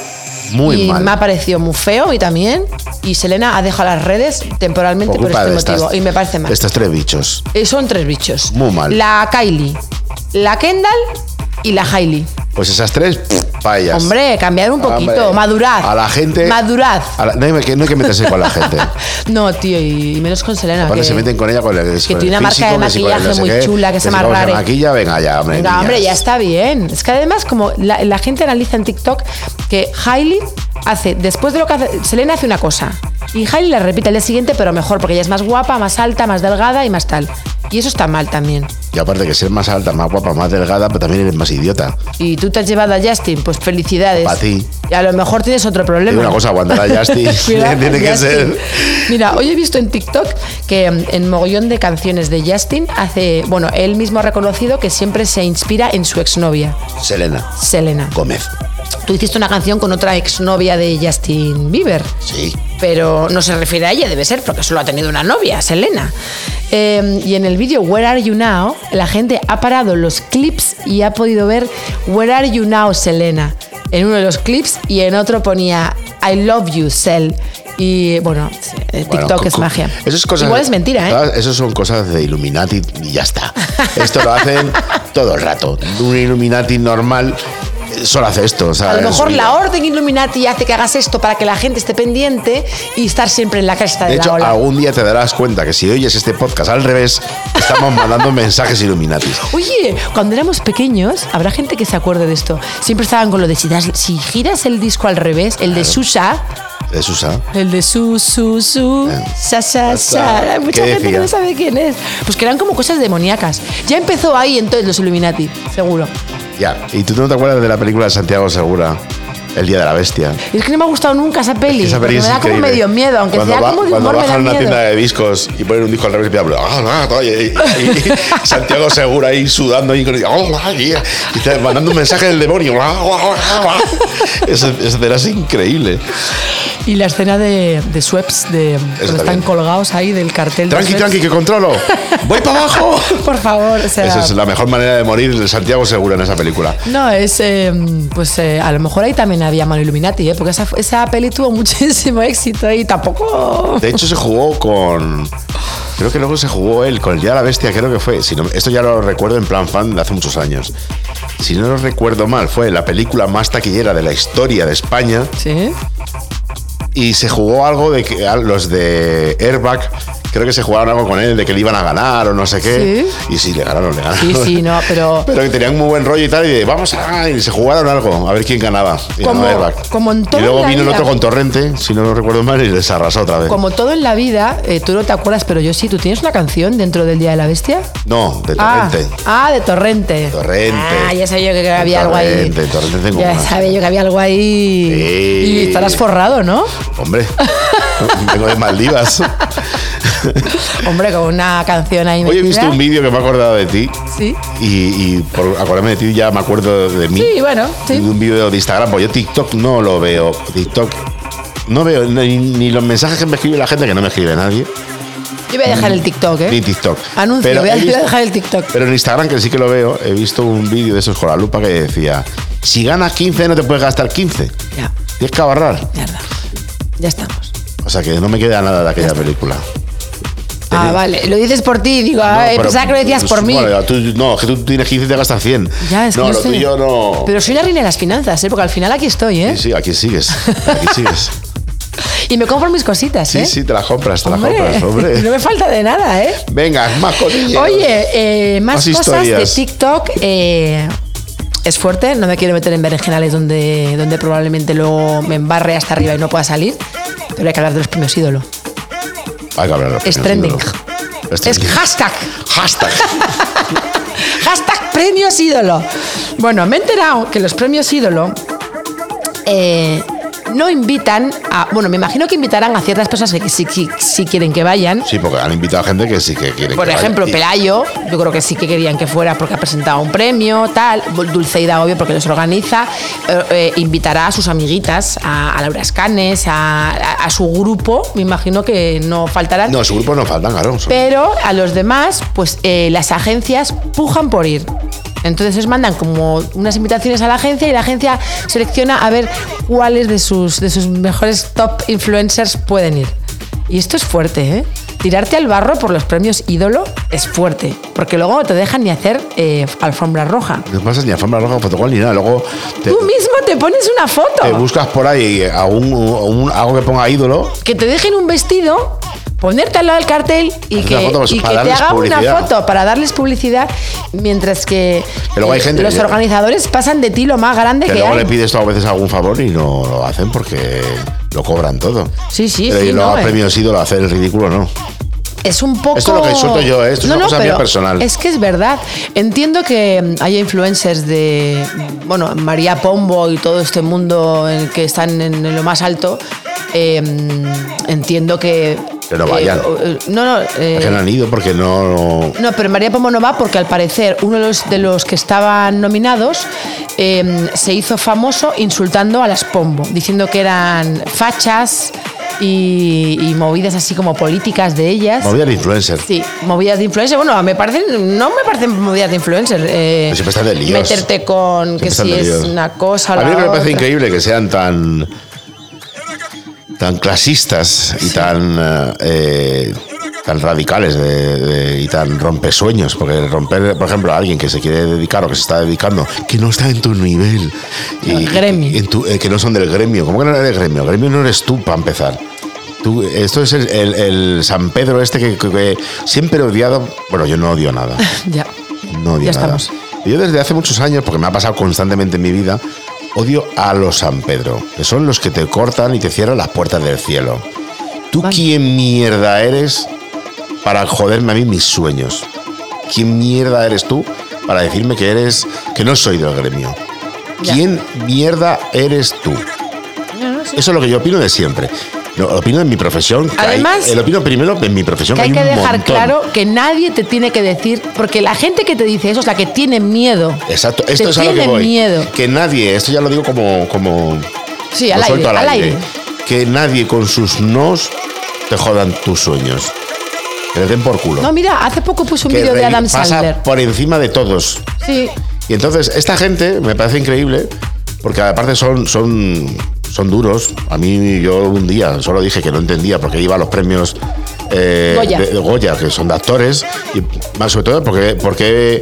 S2: Muy
S3: y
S2: mal.
S3: me ha parecido muy feo y también. Y Selena ha dejado las redes temporalmente por,
S2: culpa
S3: este
S2: de estas-
S3: motivo. Y me parece mal.
S2: Estos tres bichos.
S3: Eh, Son tres bichos.
S2: Muy mal.
S3: La Kylie, la Kendall y la Hailey.
S2: Pues esas tres, pff, payas.
S3: Hombre, cambiar un poquito,
S2: Hombre,
S3: madurad.
S2: A la gente.
S3: Madurad.
S2: a la- no, hay que, no hay que meterse con la gente.
S3: No, tío, y y menos con Selena.
S2: Cuando
S3: que-
S2: se meten con ella, con el
S3: que
S2: con
S3: tiene
S2: el
S3: una
S2: físico,
S3: marca de
S2: que si con el
S3: maquillaje
S2: no sé
S3: muy
S2: qué,
S3: chula, que se llama
S2: si cómo
S3: Rare.
S2: maquilla, venga ya, hombre.
S3: Venga,
S2: niñas.
S3: hombre, ya está bien. Es que además, como la, la gente analiza en TikTok, que Hailey hace, después de lo que hace, Selena hace una cosa. Y Hailey la repite el día siguiente, pero mejor, porque ella es más guapa, más alta, más delgada y más tal. Y eso está mal también.
S2: Y aparte que ser más alta, más guapa, más delgada, pero también eres más idiota.
S3: Y tú te has llevado a Justin, pues felicidades.
S2: Pa' ti.
S3: Y a lo mejor tienes otro problema.
S2: Digo una cosa, aguantar a Justin,
S3: Cuidado
S2: tiene
S3: con
S2: que
S3: Justin.
S2: ser.
S3: Mira, hoy he visto en TikTok que mm, en mogollón de canciones de Justin hace. Bueno, él mismo ha reconocido que siempre se inspira en su exnovia,
S2: Selena
S3: Selena.
S2: Gómez.
S3: Tú hiciste una canción con otra exnovia de Justin Bieber.
S2: Sí.
S3: Pero no se refiere a ella, debe ser, porque solo ha tenido una novia, Selena. Eh, y en el vídeo Where Are You Now, la gente ha parado los clips y ha podido ver Where Are You Now, Selena. En uno de los clips y en otro ponía I Love You, Sel. Y bueno, eh, TikTok
S2: Bueno, cu-
S3: es
S2: cu-
S3: magia.
S2: Eso es cosas
S3: Igual es mentira, ¿eh?
S2: todas- Eso son cosas de Illuminati y ya está. Esto lo hacen todo el rato. Un Illuminati normal eh, solo hace esto. o sea,
S3: A lo
S2: es
S3: mejor
S2: un-
S3: la orden Illuminati hace que hagas esto para que la gente esté pendiente y estar siempre en la cresta de,
S2: De
S3: la
S2: hecho,
S3: ola.
S2: algún día te darás cuenta que si oyes este podcast al revés, estamos mandando mensajes Illuminati.
S3: Oye, cuando éramos pequeños, habrá gente que se acuerde de esto. Siempre estaban con lo de si, das- si giras el disco al revés, el de Susha,
S2: De Susa.
S3: el de su, su, su, sa, sa, sa. Hay mucha
S2: Ah, ¿Qué
S3: gente
S2: decía?
S3: que no sabe quién es. Pues que eran como cosas demoníacas. Ya empezó ahí entonces los Illuminati, seguro.
S2: Ya. ¿Y tú no te acuerdas de la película de Santiago Segura? El Día de la Bestia.
S3: Y es que no me ha gustado nunca esa peli.
S2: Esa
S3: porque
S2: peli
S3: me
S2: es
S3: da como
S2: increíble.
S3: medio miedo, aunque
S2: cuando
S3: sea
S2: va-
S3: como de
S2: Cuando
S3: humor, me
S2: bajan
S3: da
S2: a una
S3: miedo.
S2: tienda de discos y ponen un disco al revés y te hablan, "Ah, ah", y, y- y Santiago Segura ahí sudando ahí con el- "Ah, ah", y, y te- mandando un mensaje del demonio. "Ah, ah, ah, ah". Esa esa escena es increíble.
S3: Y la escena de, de Sweps, de cuando están
S2: bien.
S3: colgados ahí del cartel. de
S2: Tranqui,
S3: Schweppes.
S2: tranqui, que controlo. Voy para abajo.
S3: Por favor, o sea.
S2: Esa es la mejor manera de morir de Santiago Segura en esa película.
S3: No, es. eh, pues eh, a lo mejor ahí también había mano Illuminati, ¿eh? porque esa, esa peli tuvo muchísimo éxito y tampoco.
S2: De hecho, se jugó con. Creo que luego se jugó él con el Día de la Bestia, creo que fue. Si no- esto ya lo recuerdo en plan fan de hace muchos años. Si no lo recuerdo mal, fue la película más taquillera de la historia de España
S3: Sí.
S2: y se jugó algo de que a los de Airbag, creo que se jugaron algo con él, de que le iban a ganar o no sé qué. Y sí, le ganaron, le ganaron.
S3: Sí, sí, no, pero-
S2: Pero que tenían muy buen rollo y tal, y de vamos a ganar", y se jugaron algo, a ver quién ganaba. Y ganó
S3: Como-
S2: Airbag.
S3: como en toda
S2: Y luego
S3: la
S2: vino el
S3: vida.
S2: otro con Torrente, si no lo recuerdo mal, y les arrasó otra vez.
S3: Como todo en la vida, eh, tú no te acuerdas, pero yo sí, ¿tú tienes una canción dentro del Día de la Bestia?
S2: No, de
S3: Ah,
S2: Torrente.
S3: ah, de Torrente.
S2: Torrente.
S3: Ah, ya sabía yo que había algo ahí.
S2: Torrente, Torrente tengo
S3: ya
S2: una.
S3: sabía yo que había algo ahí.
S2: Sí.
S3: Y estarás forrado, ¿no?
S2: Hombre, vengo de Maldivas.
S3: Hombre, con una canción ahí.
S2: Hoy he
S3: metida.
S2: visto un vídeo que me ha acordado de ti.
S3: Sí.
S2: Y, y por acordarme de ti ya me acuerdo de mí.
S3: Sí, bueno, sí.
S2: De un vídeo de Instagram, porque yo TikTok no lo veo. TikTok no veo ni, ni los mensajes que me escribe la gente, que no me escribe nadie,
S3: Yo voy a dejar el TikTok, ¿eh?
S2: ni TikTok.
S3: Anuncio,
S2: Pero
S3: voy a,
S2: he
S3: voy a
S2: visto-
S3: dejar el TikTok.
S2: Pero en Instagram, que sí que lo veo, he visto un vídeo de esos con la lupa que decía, si ganas 15 no te puedes gastar 15.
S3: Ya,
S2: Tienes que ahorrar.
S3: mierda. Ya estamos.
S2: O sea que no me queda nada de aquella película.
S3: Ah,
S2: Sí.
S3: vale. Lo dices por ti, digo,
S2: No,
S3: ah,
S2: pero- pues,
S3: pensaba que lo decías por mí.
S2: Bueno, tú- no, que tú tienes 15 y te gastas 100.
S3: ya, es que
S2: no,
S3: yo
S2: lo
S3: sé.
S2: tuyo no.
S3: Pero soy la reina de las finanzas, ¿eh? Porque al final aquí estoy, ¿eh?
S2: Sí, sí, aquí sigues. Aquí sigues.
S3: Y me compro mis cositas,
S2: Sí,
S3: ¿eh?
S2: sí, te las compras, te las compras, hombre.
S3: No me falta de nada, ¿eh?
S2: Venga, más cotillas.
S3: Oye, eh, más,
S2: Más
S3: cosas de
S2: historias.
S3: TikTok. eh, es fuerte, no me quiero meter en berenjenales donde, donde probablemente luego me embarre hasta arriba y no pueda salir. Pero hay que hablar de los premios ídolo.
S2: Hay que hablar de los
S3: Es
S2: premios
S3: trending.
S2: ídolo. Es
S3: Es
S2: trending.
S3: hashtag.
S2: hashtag.
S3: Hashtag premios ídolo. Bueno, me he enterado que los premios ídolo eh, no invitan a. Bueno, me imagino que invitarán a ciertas personas que sí, sí- sí quieren que vayan.
S2: Sí, porque han invitado a gente que sí que quiere.
S3: Por
S2: que vaya.
S3: ejemplo,
S2: Y-
S3: Pelayo, yo creo que sí que querían que fuera porque ha presentado un premio, tal. Dulceida, obvio, porque los organiza. Eh, eh, invitará a sus amiguitas, a, a Laura Escanes, a, a- a su grupo. Me imagino que no faltarán.
S2: No, su grupo no faltan, claro. son-
S3: Pero a los demás, pues eh, las agencias pujan por ir. Entonces les mandan como unas invitaciones a la agencia y la agencia selecciona a ver cuáles de sus, de sus mejores top influencers pueden ir. Y esto es fuerte, ¿eh? Tirarte al barro por los premios ídolo es fuerte, porque luego no te dejan ni hacer eh, alfombra roja.
S2: No pasas ni a fama roja, fotocol ni nada. Luego te,
S3: Tú mismo te pones una foto.
S2: te buscas por ahí algún, un- algo que ponga ídolo.
S3: que te dejen un vestido, ponerte al lado del cartel y
S2: Hacer
S3: que,
S2: una foto, pues,
S3: y
S2: para
S3: que te
S2: darles
S3: hagan una
S2: publicidad.
S3: foto para darles publicidad, mientras que,
S2: Que luego hay
S3: eh,
S2: gente
S3: los
S2: que-
S3: organizadores pasan de ti lo más grande
S2: Que
S3: que,
S2: luego
S3: hay.
S2: le pides tú a veces algún favor y no lo hacen porque lo cobran todo.
S3: Sí, sí,
S2: Pero
S3: sí,
S2: Y luego
S3: no,
S2: a
S3: eh.
S2: premios ídolo hacer el ridículo, no.
S3: Es un poco.
S2: Esto es lo que insulto yo, ¿eh? Esto es una cosa mía
S3: pero
S2: personal.
S3: Es que es verdad. Entiendo que mm, haya influencers de. mm, Bueno, María Pombo y todo este mundo en el que están en lo más alto. eh, mm, entiendo que.
S2: Que no
S3: eh,
S2: vayan.
S3: o- eh, no, no. eh,
S2: Que no han ido porque no.
S3: No, pero María Pombo no va porque al parecer uno de los, de los que estaban nominados eh, se hizo famoso insultando a las Pombo, diciendo que eran fachas y, y movidas así como políticas de ellas.
S2: Movida el influencer.
S3: Sí, movidas de influencer. Bueno, me parecen, no me parecen movidas de influencer. eh,
S2: Pero siempre están de líos.
S3: Meterte con
S2: Siempre
S3: que
S2: están
S3: si
S2: de
S3: es
S2: líos.
S3: una cosa o
S2: A
S3: la
S2: mí lo que me
S3: otra.
S2: parece increíble que sean tan. tan clasistas y tan. eh, eh, tan radicales de- de- y tan rompesueños. Porque romper, por ejemplo, a alguien que se quiere dedicar o que se está dedicando, que no está en tu nivel. Y,
S3: Gremio.
S2: y en tu- eh, que no son del gremio. ¿Cómo que no eres del gremio? Gremio no eres tú, para empezar. Tú, esto es el, el- el San Pedro este que, que- que siempre he odiado. Bueno, yo no odio nada.
S3: Ya.
S2: No odio
S3: Ya
S2: nada.
S3: estamos.
S2: Yo desde hace muchos años, porque me ha pasado constantemente en mi vida, odio a los San Pedro, que son los que te cortan y te cierran las puertas del cielo. ¿Tú
S3: Vale.
S2: quién mierda eres para joderme a mí mis sueños? ¿Quién mierda eres tú para decirme que eres que no soy del gremio?
S3: Ya.
S2: ¿Quién mierda eres tú? Eso es lo que yo opino de siempre. Lo opino en mi profesión. que hay-
S3: Además-
S2: eh, lo opino primero en mi profesión.
S3: Que hay que
S2: un
S3: dejar
S2: montón.
S3: claro que nadie te tiene que decir, porque la gente que te dice eso es la que tiene miedo.
S2: Exacto, esto
S3: Te
S2: es a lo que
S3: tienen
S2: voy.
S3: miedo.
S2: Que nadie, esto ya lo digo como, como
S3: Sí, al
S2: lo
S3: aire,
S2: suelto
S3: al aire.
S2: Que nadie con sus nos te jodan tus sueños. Que le den por culo.
S3: No, mira, hace poco puse un
S2: que
S3: vídeo de
S2: re-
S3: Adam
S2: pasa
S3: Sandler.
S2: por encima de todos.
S3: Sí.
S2: Y entonces, esta gente me parece increíble, porque aparte son, son, son duros. A mí, yo un día solo dije que no entendía porque iba a los premios eh,
S3: Goya.
S2: De, de Goya, que son de actores, y más sobre todo porque, porque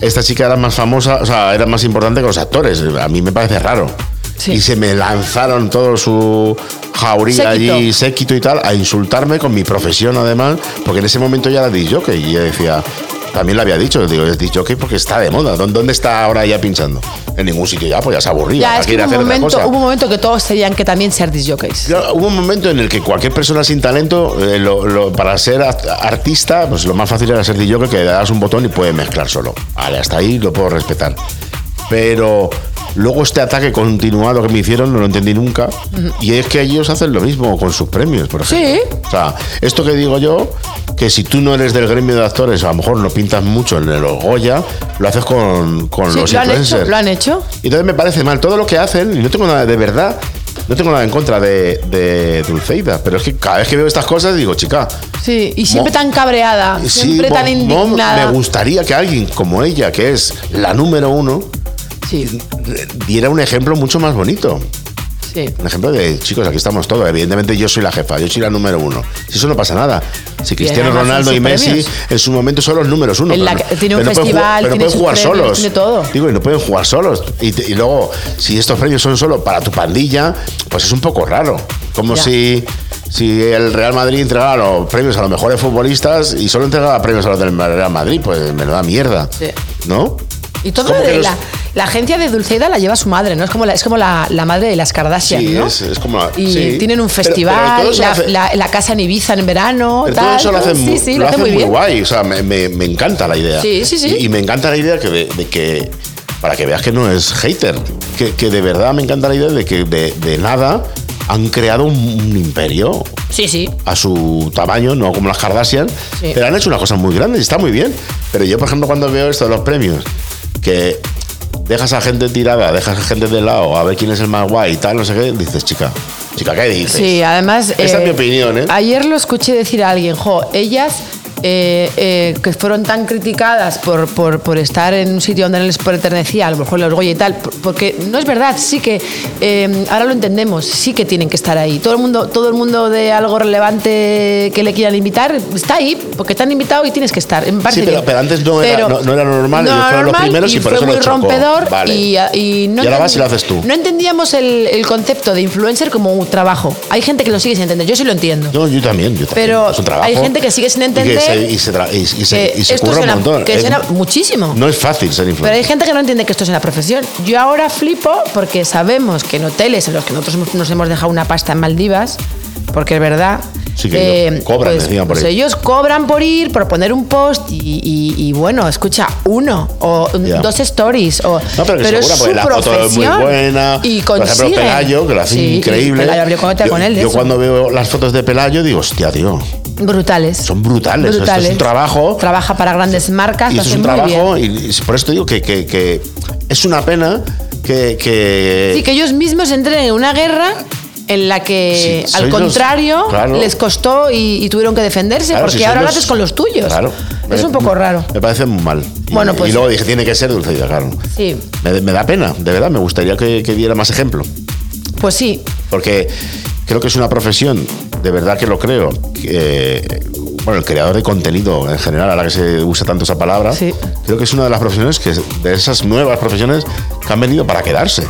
S2: esta chica era más famosa, o sea, era más importante que los actores. A mí me parece raro.
S3: Sí.
S2: Y se me lanzaron todo su jauría
S3: Séquito.
S2: allí, séquito y tal, a insultarme con mi profesión además, porque en ese momento ya era disjockey y yo decía, también lo había dicho, digo, es disjockey porque está de moda, ¿dó- ¿dónde está ahora ya pinchando? En ningún sitio ya, pues ya se aburría,
S3: Ya,
S2: ahora
S3: es que
S2: quiere
S3: hubo
S2: hacer
S3: un,
S2: otra
S3: momento,
S2: cosa.
S3: hubo un momento que todos tenían que también ser disjockeys.
S2: Claro, hubo un momento en el que cualquier persona sin talento, eh, lo- lo- para ser art- artista, pues lo más fácil era ser DJ que le das un botón y puede mezclar solo. Vale, hasta ahí lo puedo respetar. Pero luego este ataque continuado que me hicieron no lo entendí nunca. Y es que ellos hacen lo mismo con sus premios, por ejemplo.
S3: Sí.
S2: O sea, esto que digo yo, que si tú no eres del gremio de actores, a lo mejor no pintas mucho en el Goya, lo haces con, con
S3: Sí,
S2: los
S3: lo han hecho,
S2: influencers.
S3: lo han hecho.
S2: Y entonces me parece mal todo lo que hacen, y no tengo nada de verdad, no tengo nada en contra de, de Dulceida, pero es que cada vez que veo estas cosas digo, chica,
S3: Sí, y siempre
S2: Mo-
S3: tan cabreada,
S2: sí,
S3: Ah, siempre
S2: mo-
S3: tan
S2: mo-
S3: indignada.
S2: me gustaría que alguien como ella, que es la número uno,
S3: Sí,
S2: diera un ejemplo mucho más bonito.
S3: Sí.
S2: Un ejemplo de, chicos, aquí estamos todos. Evidentemente yo soy la jefa, yo soy la número uno. Si eso no pasa nada. Si Cristiano
S3: además son
S2: Ronaldo y
S3: sus
S2: Messi
S3: premios.
S2: en su momento son los números uno.
S3: En la que- tiene
S2: no
S3: un
S2: pueden
S3: festival,
S2: jugar- pero
S3: tiene
S2: pueden
S3: sus
S2: jugar
S3: premios,
S2: solos.
S3: tiene todo.
S2: Digo, y no pueden jugar solos. Y, te- y luego, si estos premios son solo para tu pandilla, pues es un poco raro. Como
S3: Ya.
S2: si... Si el Real Madrid entregara los premios a los mejores futbolistas y solo entregaba premios a los del Real Madrid, pues me lo da mierda.
S3: Sí.
S2: ¿No?
S3: Y todo
S2: Como
S3: lo
S2: que
S3: de
S2: los-
S3: la, la agencia de Dulceida la lleva su madre, ¿no? Es como la, es como la, la madre de las Kardashian,
S2: Sí,
S3: ¿no?
S2: es, es como. la-
S3: y
S2: sí.
S3: tienen un
S2: Pero- pero
S3: festival,
S2: todo eso
S3: la,
S2: lo hace-
S3: la- la casa en Ibiza en verano,
S2: pero todo
S3: tal.
S2: eso lo
S3: ¿no?
S2: hacen,
S3: sí, sí,
S2: lo
S3: lo
S2: hacen
S3: hacen muy
S2: muy,
S3: bien.
S2: guay. O sea, me, me- me encanta la idea.
S3: Sí, sí, sí.
S2: Y, y me encanta la idea que de, de que. Para que veas que no es hater. Que, que de verdad me encanta la idea de que de, de nada han creado un, un imperio
S3: Sí, sí.
S2: a su tamaño, no como las Kardashian.
S3: Sí.
S2: Pero han hecho una cosa muy grande y está muy bien. Pero yo, por ejemplo, cuando veo esto de los premios, que dejas a gente tirada, dejas a gente de lado, a ver quién es el más guay y tal, no sé qué, dices, chica, chica, ¿qué dices?
S3: Sí, además.
S2: Esa es mi opinión, ¿eh?
S3: Ayer lo escuché decir a alguien, jo, ellas. eh, eh, que fueron tan criticadas por, por, por estar en un sitio donde no les pertenecía, a lo mejor el orgullo y tal, por- porque no es verdad, sí que eh, ahora lo entendemos, sí que tienen que estar ahí. Todo el mundo, todo el mundo de algo relevante que le quieran invitar está ahí, porque te han invitado y tienes que estar. Me parece
S2: Sí, pero-
S3: bien.
S2: pero antes no era- no- no era normal, ellos
S3: era
S2: fueron los
S3: normal
S2: primeros y por
S3: fue
S2: eso les
S3: muy
S2: chocó.
S3: rompedor
S2: Vale.
S3: y, y no
S2: Y ahora
S3: entendí-
S2: vas y lo haces tú.
S3: No entendíamos el, el concepto de influencer como un trabajo. Hay gente que lo sigue sin entender, yo sí lo entiendo.
S2: No, yo también, yo también.
S3: Pero
S2: Es un trabajo.
S3: hay gente que sigue sin entender
S2: Y que se, y se, tra- y- y se-
S3: que
S2: y se
S3: esto
S2: curra
S3: suena-
S2: un montón.
S3: que
S2: Es-
S3: suena muchísimo.
S2: No es fácil ser
S3: pero hay
S2: influencer.
S3: gente que no entiende que esto es una profesión. Yo ahora flipo porque sabemos que en hoteles en los que nosotros hemos- nos hemos dejado una pasta en Maldivas, porque es verdad.
S2: Sí, que ellos cobran
S3: pues,
S2: encima por
S3: pues
S2: ir.
S3: ellos cobran por ir, por poner un post y, y- y, bueno, escucha uno o
S2: Ya.
S3: dos stories. O,
S2: No, pero que se cura,
S3: es
S2: porque
S3: su
S2: la foto es muy
S3: profesión
S2: buena.
S3: Y
S2: Por ejemplo,
S3: consiguen.
S2: Pelayo, que lo hace
S3: Sí, y
S2: increíble.
S3: Pelayo abrió cuenta
S2: yo
S3: con él de
S2: yo
S3: eso.
S2: cuando veo las fotos de Pelayo digo, hostia, tío,
S3: Brutales.
S2: son brutales. Esto es un trabajo.
S3: Trabaja para grandes marcas.
S2: y
S3: Ah, lo
S2: eso es
S3: hace
S2: un
S3: muy bien.
S2: trabajo. Y, y por esto digo que, que, que es una pena que. que
S3: Sí, que ellos mismos entren en una guerra en la que,
S2: Sí,
S3: al
S2: sois los-
S3: contrario,
S2: claro.
S3: les costó y, y tuvieron que defenderse,
S2: claro,
S3: porque
S2: si
S3: ahora
S2: sois
S3: lo
S2: los-
S3: haces con los tuyos.
S2: Claro. Eh,
S3: Es
S2: Me-
S3: un poco raro.
S2: Me parece muy mal. Y-
S3: Bueno, pues-
S2: Y luego dije, tiene que ser dulce, claro.
S3: Sí,
S2: Me, me da pena, de verdad, me gustaría que, que diera más ejemplo.
S3: pues sí.
S2: Porque creo que es una profesión, de verdad que lo creo. que, bueno, el creador de contenido en general, ahora que se usa tanto esa palabra,
S3: Sí.
S2: creo que es una de las profesiones que, de esas nuevas profesiones que han venido para quedarse.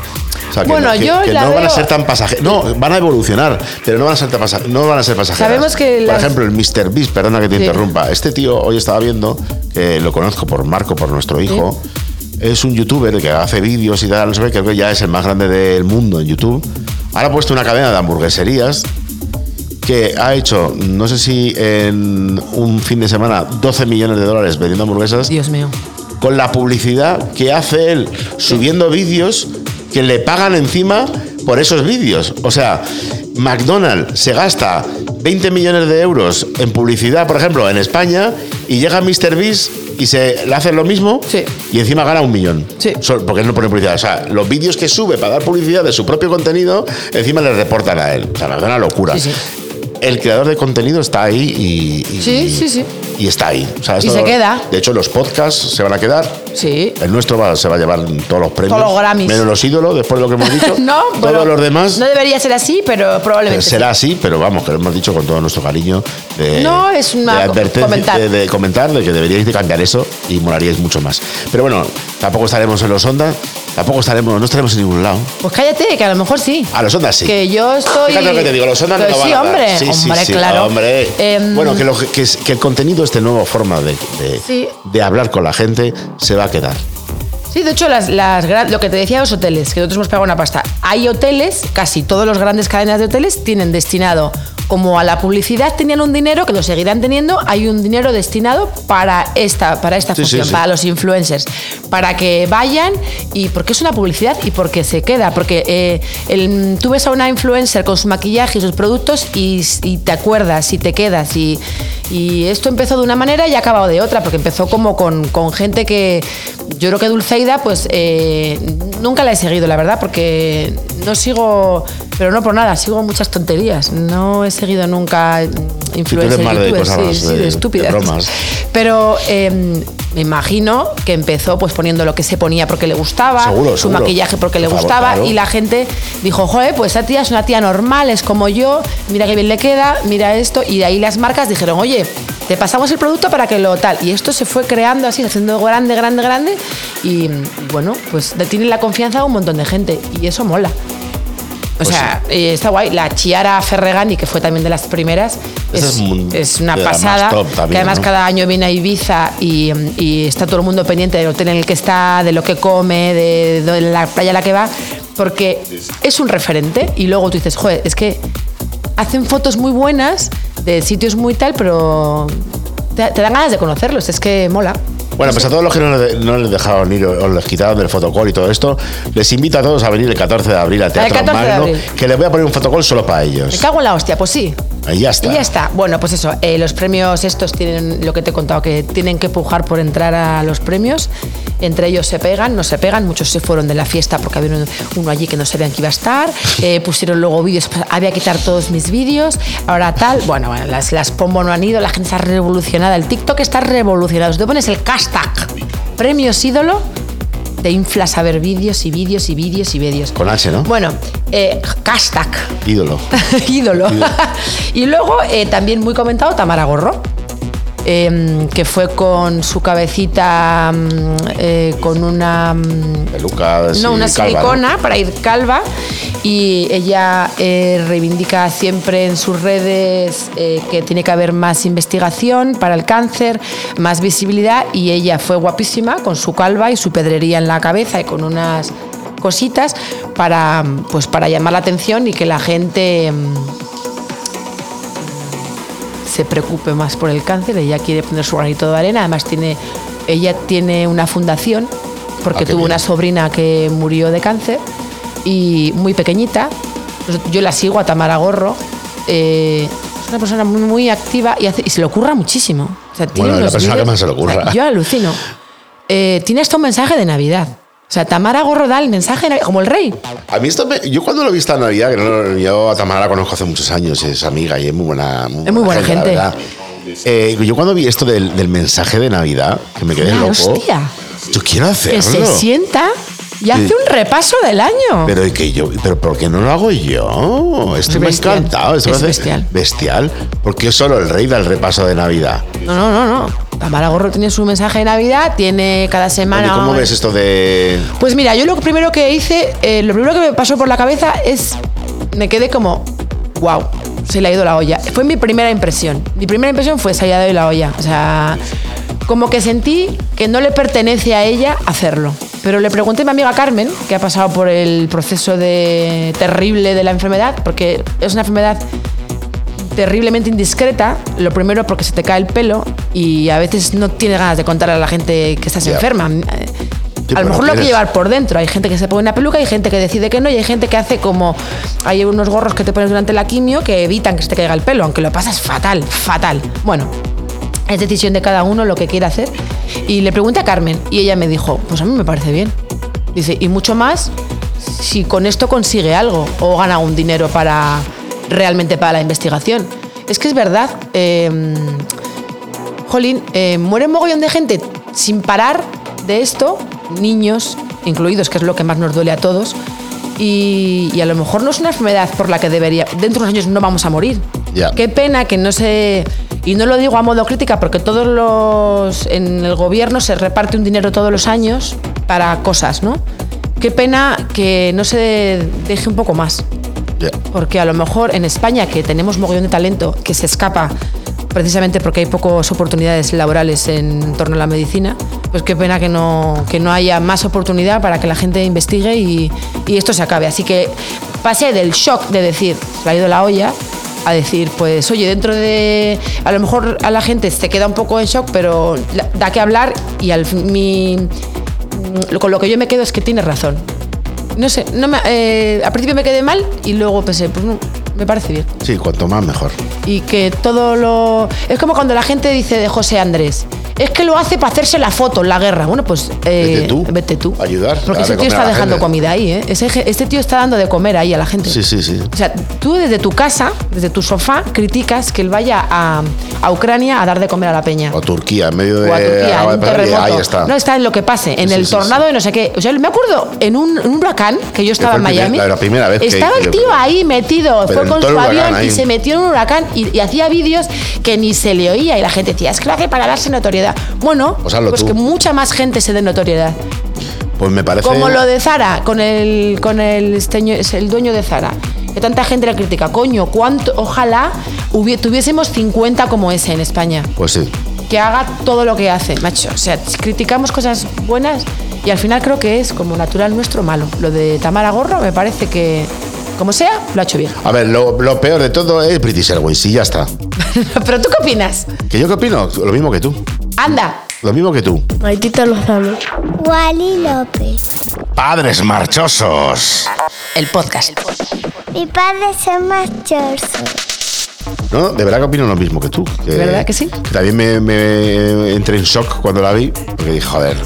S2: O sea, que
S3: Bueno,
S2: no- que,
S3: yo
S2: que
S3: la
S2: no van a
S3: veo-
S2: ser tan pasajeros. No, van a evolucionar, pero no van a ser, tan pasa- no van a ser pasajeras.
S3: Sabemos que
S2: Por
S3: las-
S2: ejemplo, el Mr. Beast, perdona que te
S3: Sí.
S2: interrumpa. Este tío hoy estaba viendo, que lo conozco por Marco, por nuestro hijo. Es un youtuber que hace vídeos y tal, no sé qué, creo que ya es el más grande del mundo en YouTube. Ahora ha puesto una cadena de hamburgueserías que ha hecho, no sé si en un fin de semana, 12 millones de dólares vendiendo hamburguesas
S3: Dios mío.
S2: con la publicidad que hace él subiendo vídeos que le pagan encima por esos vídeos. O sea, McDonald's se gasta 20 millones de euros en publicidad, por ejemplo, en España, y llega MrBeast y se le hace lo mismo
S3: Sí.
S2: y encima gana un millón.
S3: Sí.
S2: Solo- Porque él no pone publicidad. O sea, los vídeos que sube para dar publicidad de su propio contenido, encima le reportan a él. O sea, es una locura.
S3: Sí, sí.
S2: El creador de contenido está ahí y, y-
S3: Sí, sí, sí.
S2: y está ahí. O sea,
S3: Y
S2: esto-
S3: se queda.
S2: De hecho, los podcasts se van a quedar.
S3: Sí.
S2: El nuestro va- se va a llevar todos los premios.
S3: Todos los Grammys.
S2: Menos los ídolos, después de lo que hemos dicho.
S3: no,
S2: todos
S3: bueno,
S2: los demás.
S3: No debería ser así, pero
S2: eh,
S3: probablemente. sí.
S2: Será así, pero vamos, que lo hemos dicho con todo nuestro cariño. De,
S3: No, es una
S2: de
S3: co-
S2: advertencia-
S3: comentar.
S2: De, de comentar, de que deberíais de cambiar eso y molaríais mucho más. Pero bueno, tampoco estaremos en los ondas, tampoco estaremos, no estaremos en ningún lado.
S3: Pues cállate, que a lo mejor sí.
S2: A los ondas Ah, sí.
S3: Que yo estoy.
S2: Fíjate lo que te digo, los ondas
S3: Pero
S2: no lo van
S3: sí,
S2: a dar.
S3: hombre.
S2: Sí, sí,
S3: hombre,
S2: sí,
S3: claro.
S2: hombre.
S3: Em,
S2: bueno, que, lo- que es- que el contenido, esta nueva forma de, de-
S3: Sí.
S2: de hablar con la gente, se va a quedar.
S3: Sí, de hecho, las, las gran- lo que te decía de los hoteles, que nosotros hemos pagado una pasta. Hay hoteles, casi todos los grandes cadenas de hoteles tienen destinado, como a la publicidad tenían un dinero, que lo seguirán teniendo, hay un dinero destinado para esta, para esta
S2: Sí, sí,
S3: función,
S2: sí.
S3: para los influencers, para que vayan y porque es una publicidad y porque se queda, porque eh, el- tú ves a una influencer con su maquillaje y sus productos y, y te acuerdas y te quedas y, y esto empezó de una manera y ha acabado de otra, porque empezó como con, con gente que yo creo que Dulceida pues eh, nunca la he seguido, la verdad, porque no sigo, pero no por nada, sigo muchas tonterías, no he seguido nunca mm, influencer,
S2: más de
S3: youtuber,
S2: cosas
S3: sí,
S2: más
S3: sí,
S2: de-
S3: de
S2: de
S3: estúpidas.
S2: bromas.
S3: Pero eh, me imagino que empezó pues poniendo lo que se ponía porque le gustaba,
S2: Seguro,
S3: su
S2: seguro.
S3: maquillaje porque le
S2: Por favor,
S3: gustaba
S2: claro.
S3: y la gente dijo, joder, pues esa tía es una tía normal, es como yo, mira qué bien le queda, mira esto y de ahí las marcas dijeron, oye, te pasamos el producto para que lo tal y esto se fue creando así, haciendo grande, grande, grande y bueno, pues le tienen la confianza a un montón de gente y eso mola. O
S2: Pues
S3: sea, eh, está guay. La Chiara Ferregani, que fue también de las primeras,
S2: Esa
S3: es,
S2: es un-
S3: es una
S2: de la más
S3: pasada.
S2: top también,
S3: que además
S2: ¿no?
S3: cada año viene a Ibiza y, y está todo el mundo pendiente del hotel en el que está, de lo que come, de, de la playa a la que va, porque es un referente y luego tú dices, joder, es que hacen fotos muy buenas de sitios muy tal, pero te, te dan ganas de conocerlos, es que mola.
S2: Bueno, pues a todos los que no, le- no les dejaron ir o o les quitaron del fotocall y todo esto, les invito a todos a venir el 14 de abril al Teatro
S3: 14 de
S2: Magno,
S3: abril.
S2: que les voy a poner un fotocall solo para
S3: Me
S2: ellos.
S3: cago en la hostia, pues sí.
S2: Y ya está.
S3: Y ya está. Bueno, pues eso, eh, los premios estos tienen lo que te he contado, que tienen que pujar por entrar a los premios. Entre ellos se pegan, no se pegan, muchos se fueron de la fiesta porque había uno, uno allí que no sabían que iba a estar, eh, pusieron luego vídeos, había que quitar todos mis vídeos, ahora tal, bueno, bueno, las, las pombo no han ido, la gente está revolucionada, el TikTok está revolucionado, si tú pones el hashtag premios ídolo, te inflas a ver vídeos y vídeos y vídeos y vídeos.
S2: Con H, ¿no?
S3: Bueno, eh, hashtag
S2: Ídolo.
S3: ídolo. y luego eh, también muy comentado Tamara Gorro. eh, que fue con su cabecita mm, eh, con una mm,
S2: Peluca, sí,
S3: no
S2: calva,
S3: una
S2: ¿no?
S3: silicona para ir calva y ella eh, reivindica siempre en sus redes eh, que tiene que haber más investigación para el cáncer más visibilidad y ella fue guapísima con su calva y su pedrería en la cabeza y con unas cositas para pues para llamar la atención y que la gente em, mm, se preocupe más por el cáncer ella quiere poner su granito de arena además tiene ella tiene una fundación
S2: Ah,
S3: porque
S2: qué
S3: tuvo
S2: bien.
S3: una sobrina que murió de cáncer y muy pequeñita. Pues Yo la sigo a Tamara Gorro. eh, es una persona muy, muy activa y, hace- y se le ocurra muchísimo. O sea, tiene
S2: Bueno, es la
S3: unos
S2: persona que
S3: vídeos-
S2: más se le ocurra.
S3: o sea, yo alucino. Eh, tiene hasta un mensaje de Navidad. O sea, Tamara Gorro da el mensaje de Navidad, como el rey.
S2: A mí esto me- yo cuando lo vi esta Navidad, que no- yo a Tamara la conozco hace muchos años, es amiga y es muy buena.
S3: Es muy buena gente.
S2: la verdad. Eh, yo cuando vi esto del, del mensaje de Navidad, que me quedé
S3: Una
S2: loco.
S3: Ah, hostia.
S2: Yo quiero hacerlo.
S3: Que se sienta y hace
S2: Sí.
S3: un repaso del año.
S2: Pero, ¿y que yo, pero ¿por qué no lo hago yo? Esto
S3: Es
S2: me ha
S3: bestial.
S2: encantado. Esto me
S3: Es
S2: hace
S3: bestial.
S2: Bestial. ¿Por qué solo el rey da el repaso de Navidad?
S3: No, no, no, no. Tamara Gorro tiene su mensaje de Navidad, tiene cada semana.
S2: ¿Y cómo ves esto de.?
S3: Pues mira, yo lo primero que hice, eh, lo primero que me pasó por la cabeza es, me quedé como, wow, se le ha ido la olla. Fue mi primera impresión. Mi primera impresión fue se le ha ido la olla. O sea, como que sentí que no le pertenece a ella hacerlo. Pero le pregunté a mi amiga Carmen, que ha pasado por el proceso de terrible de la enfermedad, porque es una enfermedad terriblemente indiscreta. Lo primero porque se te cae el pelo y a veces no tienes ganas de contarle a la gente que estás
S2: Ya.
S3: enferma.
S2: Sí,
S3: a
S2: pero
S3: lo mejor lo que
S2: quieres.
S3: llevar por dentro. Hay gente que se pone una peluca, hay gente que decide que no, y hay gente que hace como. Hay unos gorros que te pones durante la quimio que evitan que se te caiga el pelo, aunque lo pasas fatal, fatal. Bueno, es decisión de cada uno lo que quiera hacer. Y le pregunté a Carmen y ella me dijo, pues a mí me parece bien. Dice, y mucho más si con esto consigue algo o gana un dinero para realmente para la investigación. Es que es verdad, eh, jolín, eh, muere un mogollón de gente sin parar de esto, niños incluidos, que es lo que más nos duele a todos. Y, y a lo mejor no es una enfermedad por la que debería. Dentro de unos años no vamos a morir.
S2: Ya.
S3: Qué pena que no se. Y no lo digo a modo crítica, porque todos los. En el gobierno se reparte un dinero todos los años para cosas, ¿no? Qué pena que no se deje un poco más.
S2: Ya.
S3: Porque a lo mejor en España, que tenemos mogollón de talento que se escapa precisamente porque hay pocas oportunidades laborales en torno a la medicina, pues qué pena que no, que no haya más oportunidad para que la gente investigue y, y esto se acabe. Así que pasé del shock de decir, se ha ido la olla, a decir, pues oye, dentro de... A lo mejor a la gente se queda un poco en shock, pero la- da que hablar y al fin- mi... mm, Con lo que yo me quedo es que tiene razón. No sé, no me- eh, al principio me quedé mal y luego pensé, pues no, me parece bien.
S2: Sí, cuanto más mejor.
S3: Y que todo lo... Es como cuando la gente dice de José Andrés, es que lo hace para hacerse la foto en la guerra. Bueno, pues. eh,
S2: Vete tú.
S3: Vete tú.
S2: Ayudar,
S3: Porque
S2: darle
S3: ese
S2: comer
S3: tío
S2: a
S3: está
S2: la
S3: dejando
S2: gente.
S3: comida ahí, ¿eh? Ese je- este tío está dando de comer ahí a la gente.
S2: Sí, sí, sí.
S3: O sea, tú desde tu casa, desde tu sofá, criticas que él vaya a, a Ucrania a dar de comer a la peña.
S2: O Turquía, en medio de.
S3: O a Turquía, en
S2: acaba de
S3: un
S2: pasar y
S3: terremoto.
S2: Ahí está.
S3: No está en lo que pase, en
S2: Sí,
S3: el
S2: sí,
S3: tornado
S2: sí.
S3: de no sé qué. O sea, me acuerdo en un, en un huracán que yo estaba
S2: fue
S3: en
S2: el primer-
S3: Miami.
S2: la- la primera vez que-
S3: estaba
S2: que
S3: el
S2: lo-
S3: tío ahí metido,
S2: Pero en
S3: fue
S2: todo
S3: con su
S2: el huracán
S3: avión
S2: ahí.
S3: y se metió en un huracán y, y hacía vídeos que ni se le oía y la gente decía, es que lo hace para darse notoriedad. Bueno,
S2: Pues hazlo tú.
S3: que mucha más gente se dé notoriedad.
S2: Pues me parece.
S3: Como lo de Zara, con el, con el, esteño- es el dueño de Zara. Que tanta gente la critica. Coño, cuánto, ojalá hubie- tuviésemos 50 como ese en España
S2: Pues sí.
S3: que haga todo lo que hace, macho. O sea, criticamos cosas buenas y al final creo que es como natural nuestro malo. Lo de Tamara Gorro me parece que, como sea, lo ha hecho bien.
S2: A ver, lo, lo peor de todo es British Airways, y ya está.
S3: Pero tú qué opinas?
S2: ¿Que yo qué opino? Lo mismo que tú.
S3: Anda.
S2: Lo mismo que tú.
S5: Maitita Lozano.
S6: Wally López.
S2: Padres marchosos.
S3: El podcast.
S6: Mi padre es marchoso.
S2: No, de verdad que opino lo mismo que tú.
S3: ¿De verdad que sí?
S2: también me, me entré en shock cuando la vi, porque dije, joder.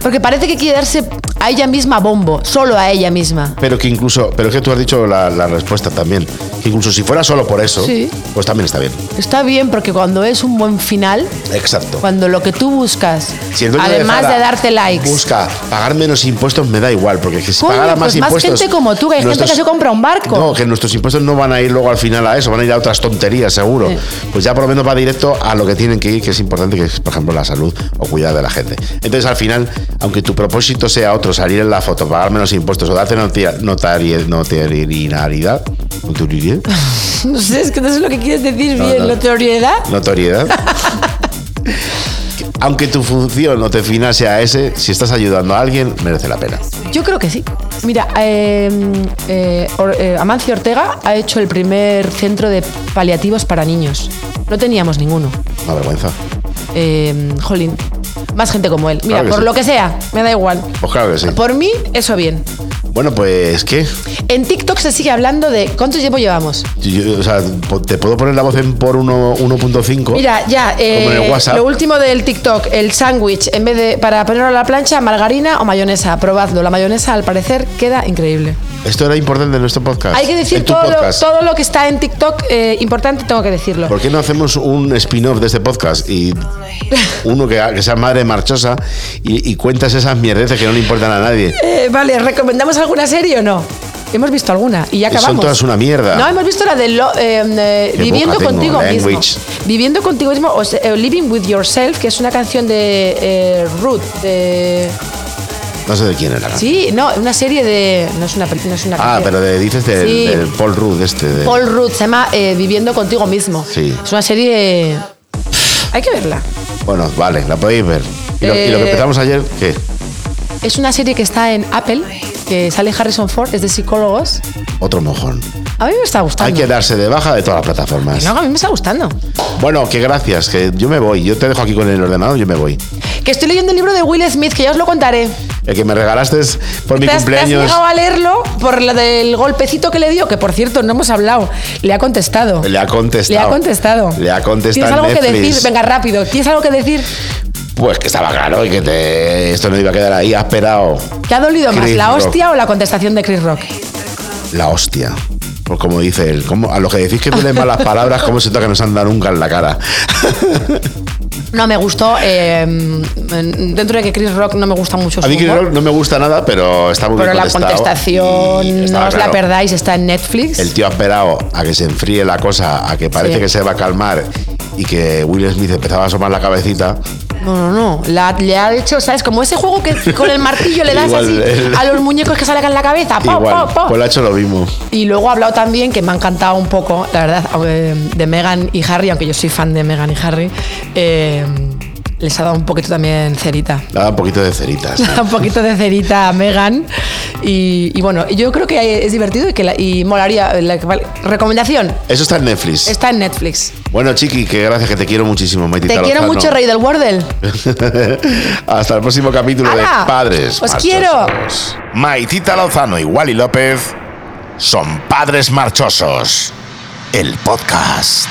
S3: Porque parece que quiere darse a ella misma bombo, solo a ella misma.
S2: Pero que incluso, pero es que tú has dicho la, la respuesta también. Que incluso si fuera solo por eso,
S3: Sí.
S2: pues también está bien.
S3: Está bien porque cuando es un buen final,
S2: Exacto.
S3: cuando lo que tú buscas,
S2: Si el dueño
S3: además de,
S2: Zara
S3: darte likes,
S2: Busca pagar menos impuestos, me da igual, porque que si
S3: Coño,
S2: pagara más
S3: pues más
S2: impuestos.
S3: gente como tú, que hay gente que se compra un barco.
S2: No, que nuestros impuestos no van a ir luego al final a eso, van a ir a otras tonterías, seguro.
S3: Sí.
S2: Pues ya por lo menos va directo a lo que tienen que ir, que es importante, que es, por ejemplo, la salud o cuidar de la gente. Entonces, al final, aunque tu propósito sea otro, salir en la foto, pagar menos impuestos o darte notaria- notarie- notarinidad, notarinidad,
S3: no sé, es que no sé lo que quieres decir
S2: No,
S3: bien,
S2: no.
S3: la teoría.
S2: notoriedad. Aunque tu función o te final sea ese, si estás ayudando a alguien, merece la pena.
S3: Yo creo que sí. Mira, eh, eh, Or- eh, Amancio Ortega ha hecho el primer centro de paliativos para niños. No teníamos ninguno.
S2: Una vergüenza.
S3: Eh, jolín, más gente como él. Mira,
S2: Claro que
S3: por
S2: sí.
S3: lo que sea, me da igual.
S2: Pues claro que sí.
S3: Por mí, eso bien.
S2: Bueno, pues ¿qué?
S3: En TikTok se sigue hablando de cuánto tiempo llevamos.
S2: Yo- o sea, po- te puedo poner la voz en por uno- 1.5.
S3: Mira, ya,
S2: Como Oh. en el
S3: eh,
S2: WhatsApp.
S3: lo último del TikTok, el sándwich, en vez de para ponerlo a la plancha, margarina o mayonesa. Probadlo. La mayonesa, al parecer, queda increíble.
S2: Esto era importante en nuestro podcast.
S3: Hay que decir
S2: en tu
S3: todo lo,
S2: podcast.
S3: todo lo que está en TikTok eh, importante, tengo que decirlo.
S2: ¿Por qué no hacemos un spin-off de este podcast? Y uno que, que sea madre marchosa y, y cuentas esas mierdeces que no le importan a nadie.
S3: Eh, vale, ¿recomendamos alguna serie o no? Hemos visto alguna y ya
S2: Y son
S3: acabamos.
S2: todas una mierda.
S3: No, hemos visto la de lo- eh, eh,
S2: Qué
S3: Viviendo
S2: boca tengo,
S3: contigo mismo.
S2: Language.
S3: Viviendo contigo mismo, o se- eh, Living with Yourself, que es una canción de eh, Ruth. de-
S2: No sé de quién era.
S3: sí, no, una serie de. No es una, peli- no es una
S2: Ah,
S3: canción.
S2: pero de- dices del,
S3: Sí.
S2: del Paul Rudd este. de-
S3: Paul Ruth se llama eh, Viviendo contigo mismo.
S2: Sí.
S3: Es una serie. Hay que verla.
S2: Bueno, vale, la podéis ver. Y lo, y lo que
S3: Eh,
S2: empezamos ayer, ¿qué?
S3: Es una serie que está en Apple, que sale Harrison Ford, es de psicólogos.
S2: Otro mojón.
S3: A mí me está gustando.
S2: Hay que darse de baja de todas las plataformas.
S3: Ah, No, a mí me está gustando.
S2: Bueno, que gracias, que yo me voy. Yo te dejo aquí con el ordenador, yo me voy.
S3: Que estoy leyendo el libro de Will Smith, que ya os lo contaré.
S2: El que me regalaste es por mi
S3: ¿Te has, te has
S2: cumpleaños.
S3: llegado a leerlo por lo del golpecito que le dio? Que por cierto, no hemos hablado. Le ha contestado.
S2: Le ha
S3: Le
S2: contestado.
S3: ha contestado.
S2: Le ha contestado.
S3: ¿Tienes algo
S2: en
S3: que
S2: Netflix.
S3: decir? Venga, rápido. ¿Tienes algo que decir?
S2: Pues que estaba claro y que te- esto no iba a quedar ahí. Ha esperado
S3: ¿Qué ha dolido más?
S2: Chris
S3: ¿La
S2: Rock.
S3: hostia o la contestación de Chris Rock?
S2: la hostia. Pues como dice él, como a los que decís que tienen malas palabras, como siento que nos han dado nunca en la cara.
S3: Pues No, me gustó. eh, mm, dentro de que Chris Rock no me gusta mucho.
S2: A
S3: su
S2: mí Chris
S3: humor,
S2: Rock no me gusta nada, pero está muy
S3: pero
S2: bien
S3: la
S2: contestado y
S3: contestación,
S2: estaba
S3: no os la
S2: claro.
S3: perdáis, está en Netflix.
S2: El tío ha esperado a que se enfríe la cosa, a que parece
S3: Sí.
S2: que se va a calmar y que Will Smith empezaba a asomar la cabecita.
S3: No, no, no. La- le ha hecho, ¿sabes? Como ese juego que con el martillo le das
S2: Igual,
S3: así
S2: el-
S3: a los muñecos que sacan la cabeza. Po,
S2: Igual,
S3: po, po.
S2: pues le ha hecho lo mismo.
S3: Y luego ha hablado también, que me ha encantado un poco, la verdad, eh, de Megan y Harry, aunque yo soy fan de Megan y Harry, eh, les ha dado un poquito también cerita.
S2: Le ha dado un poquito de ceritas.
S3: Le ha dado un poquito de cerita a Megan. Y, y bueno, yo creo que es divertido y que la- y molaría. la- recomendación,
S2: Eso está en Netflix.
S3: está en Netflix.
S2: Bueno, Chiqui, que gracias, que te quiero muchísimo, Maitita
S3: Te quiero
S2: Lozano.
S3: mucho, Rey del Wordle.
S2: Hasta el próximo capítulo de
S3: ¡Hala!
S2: Padres.
S3: ¡Os quiero!
S2: Maitita Lozano y Wally López son Padres Marchosos. El podcast.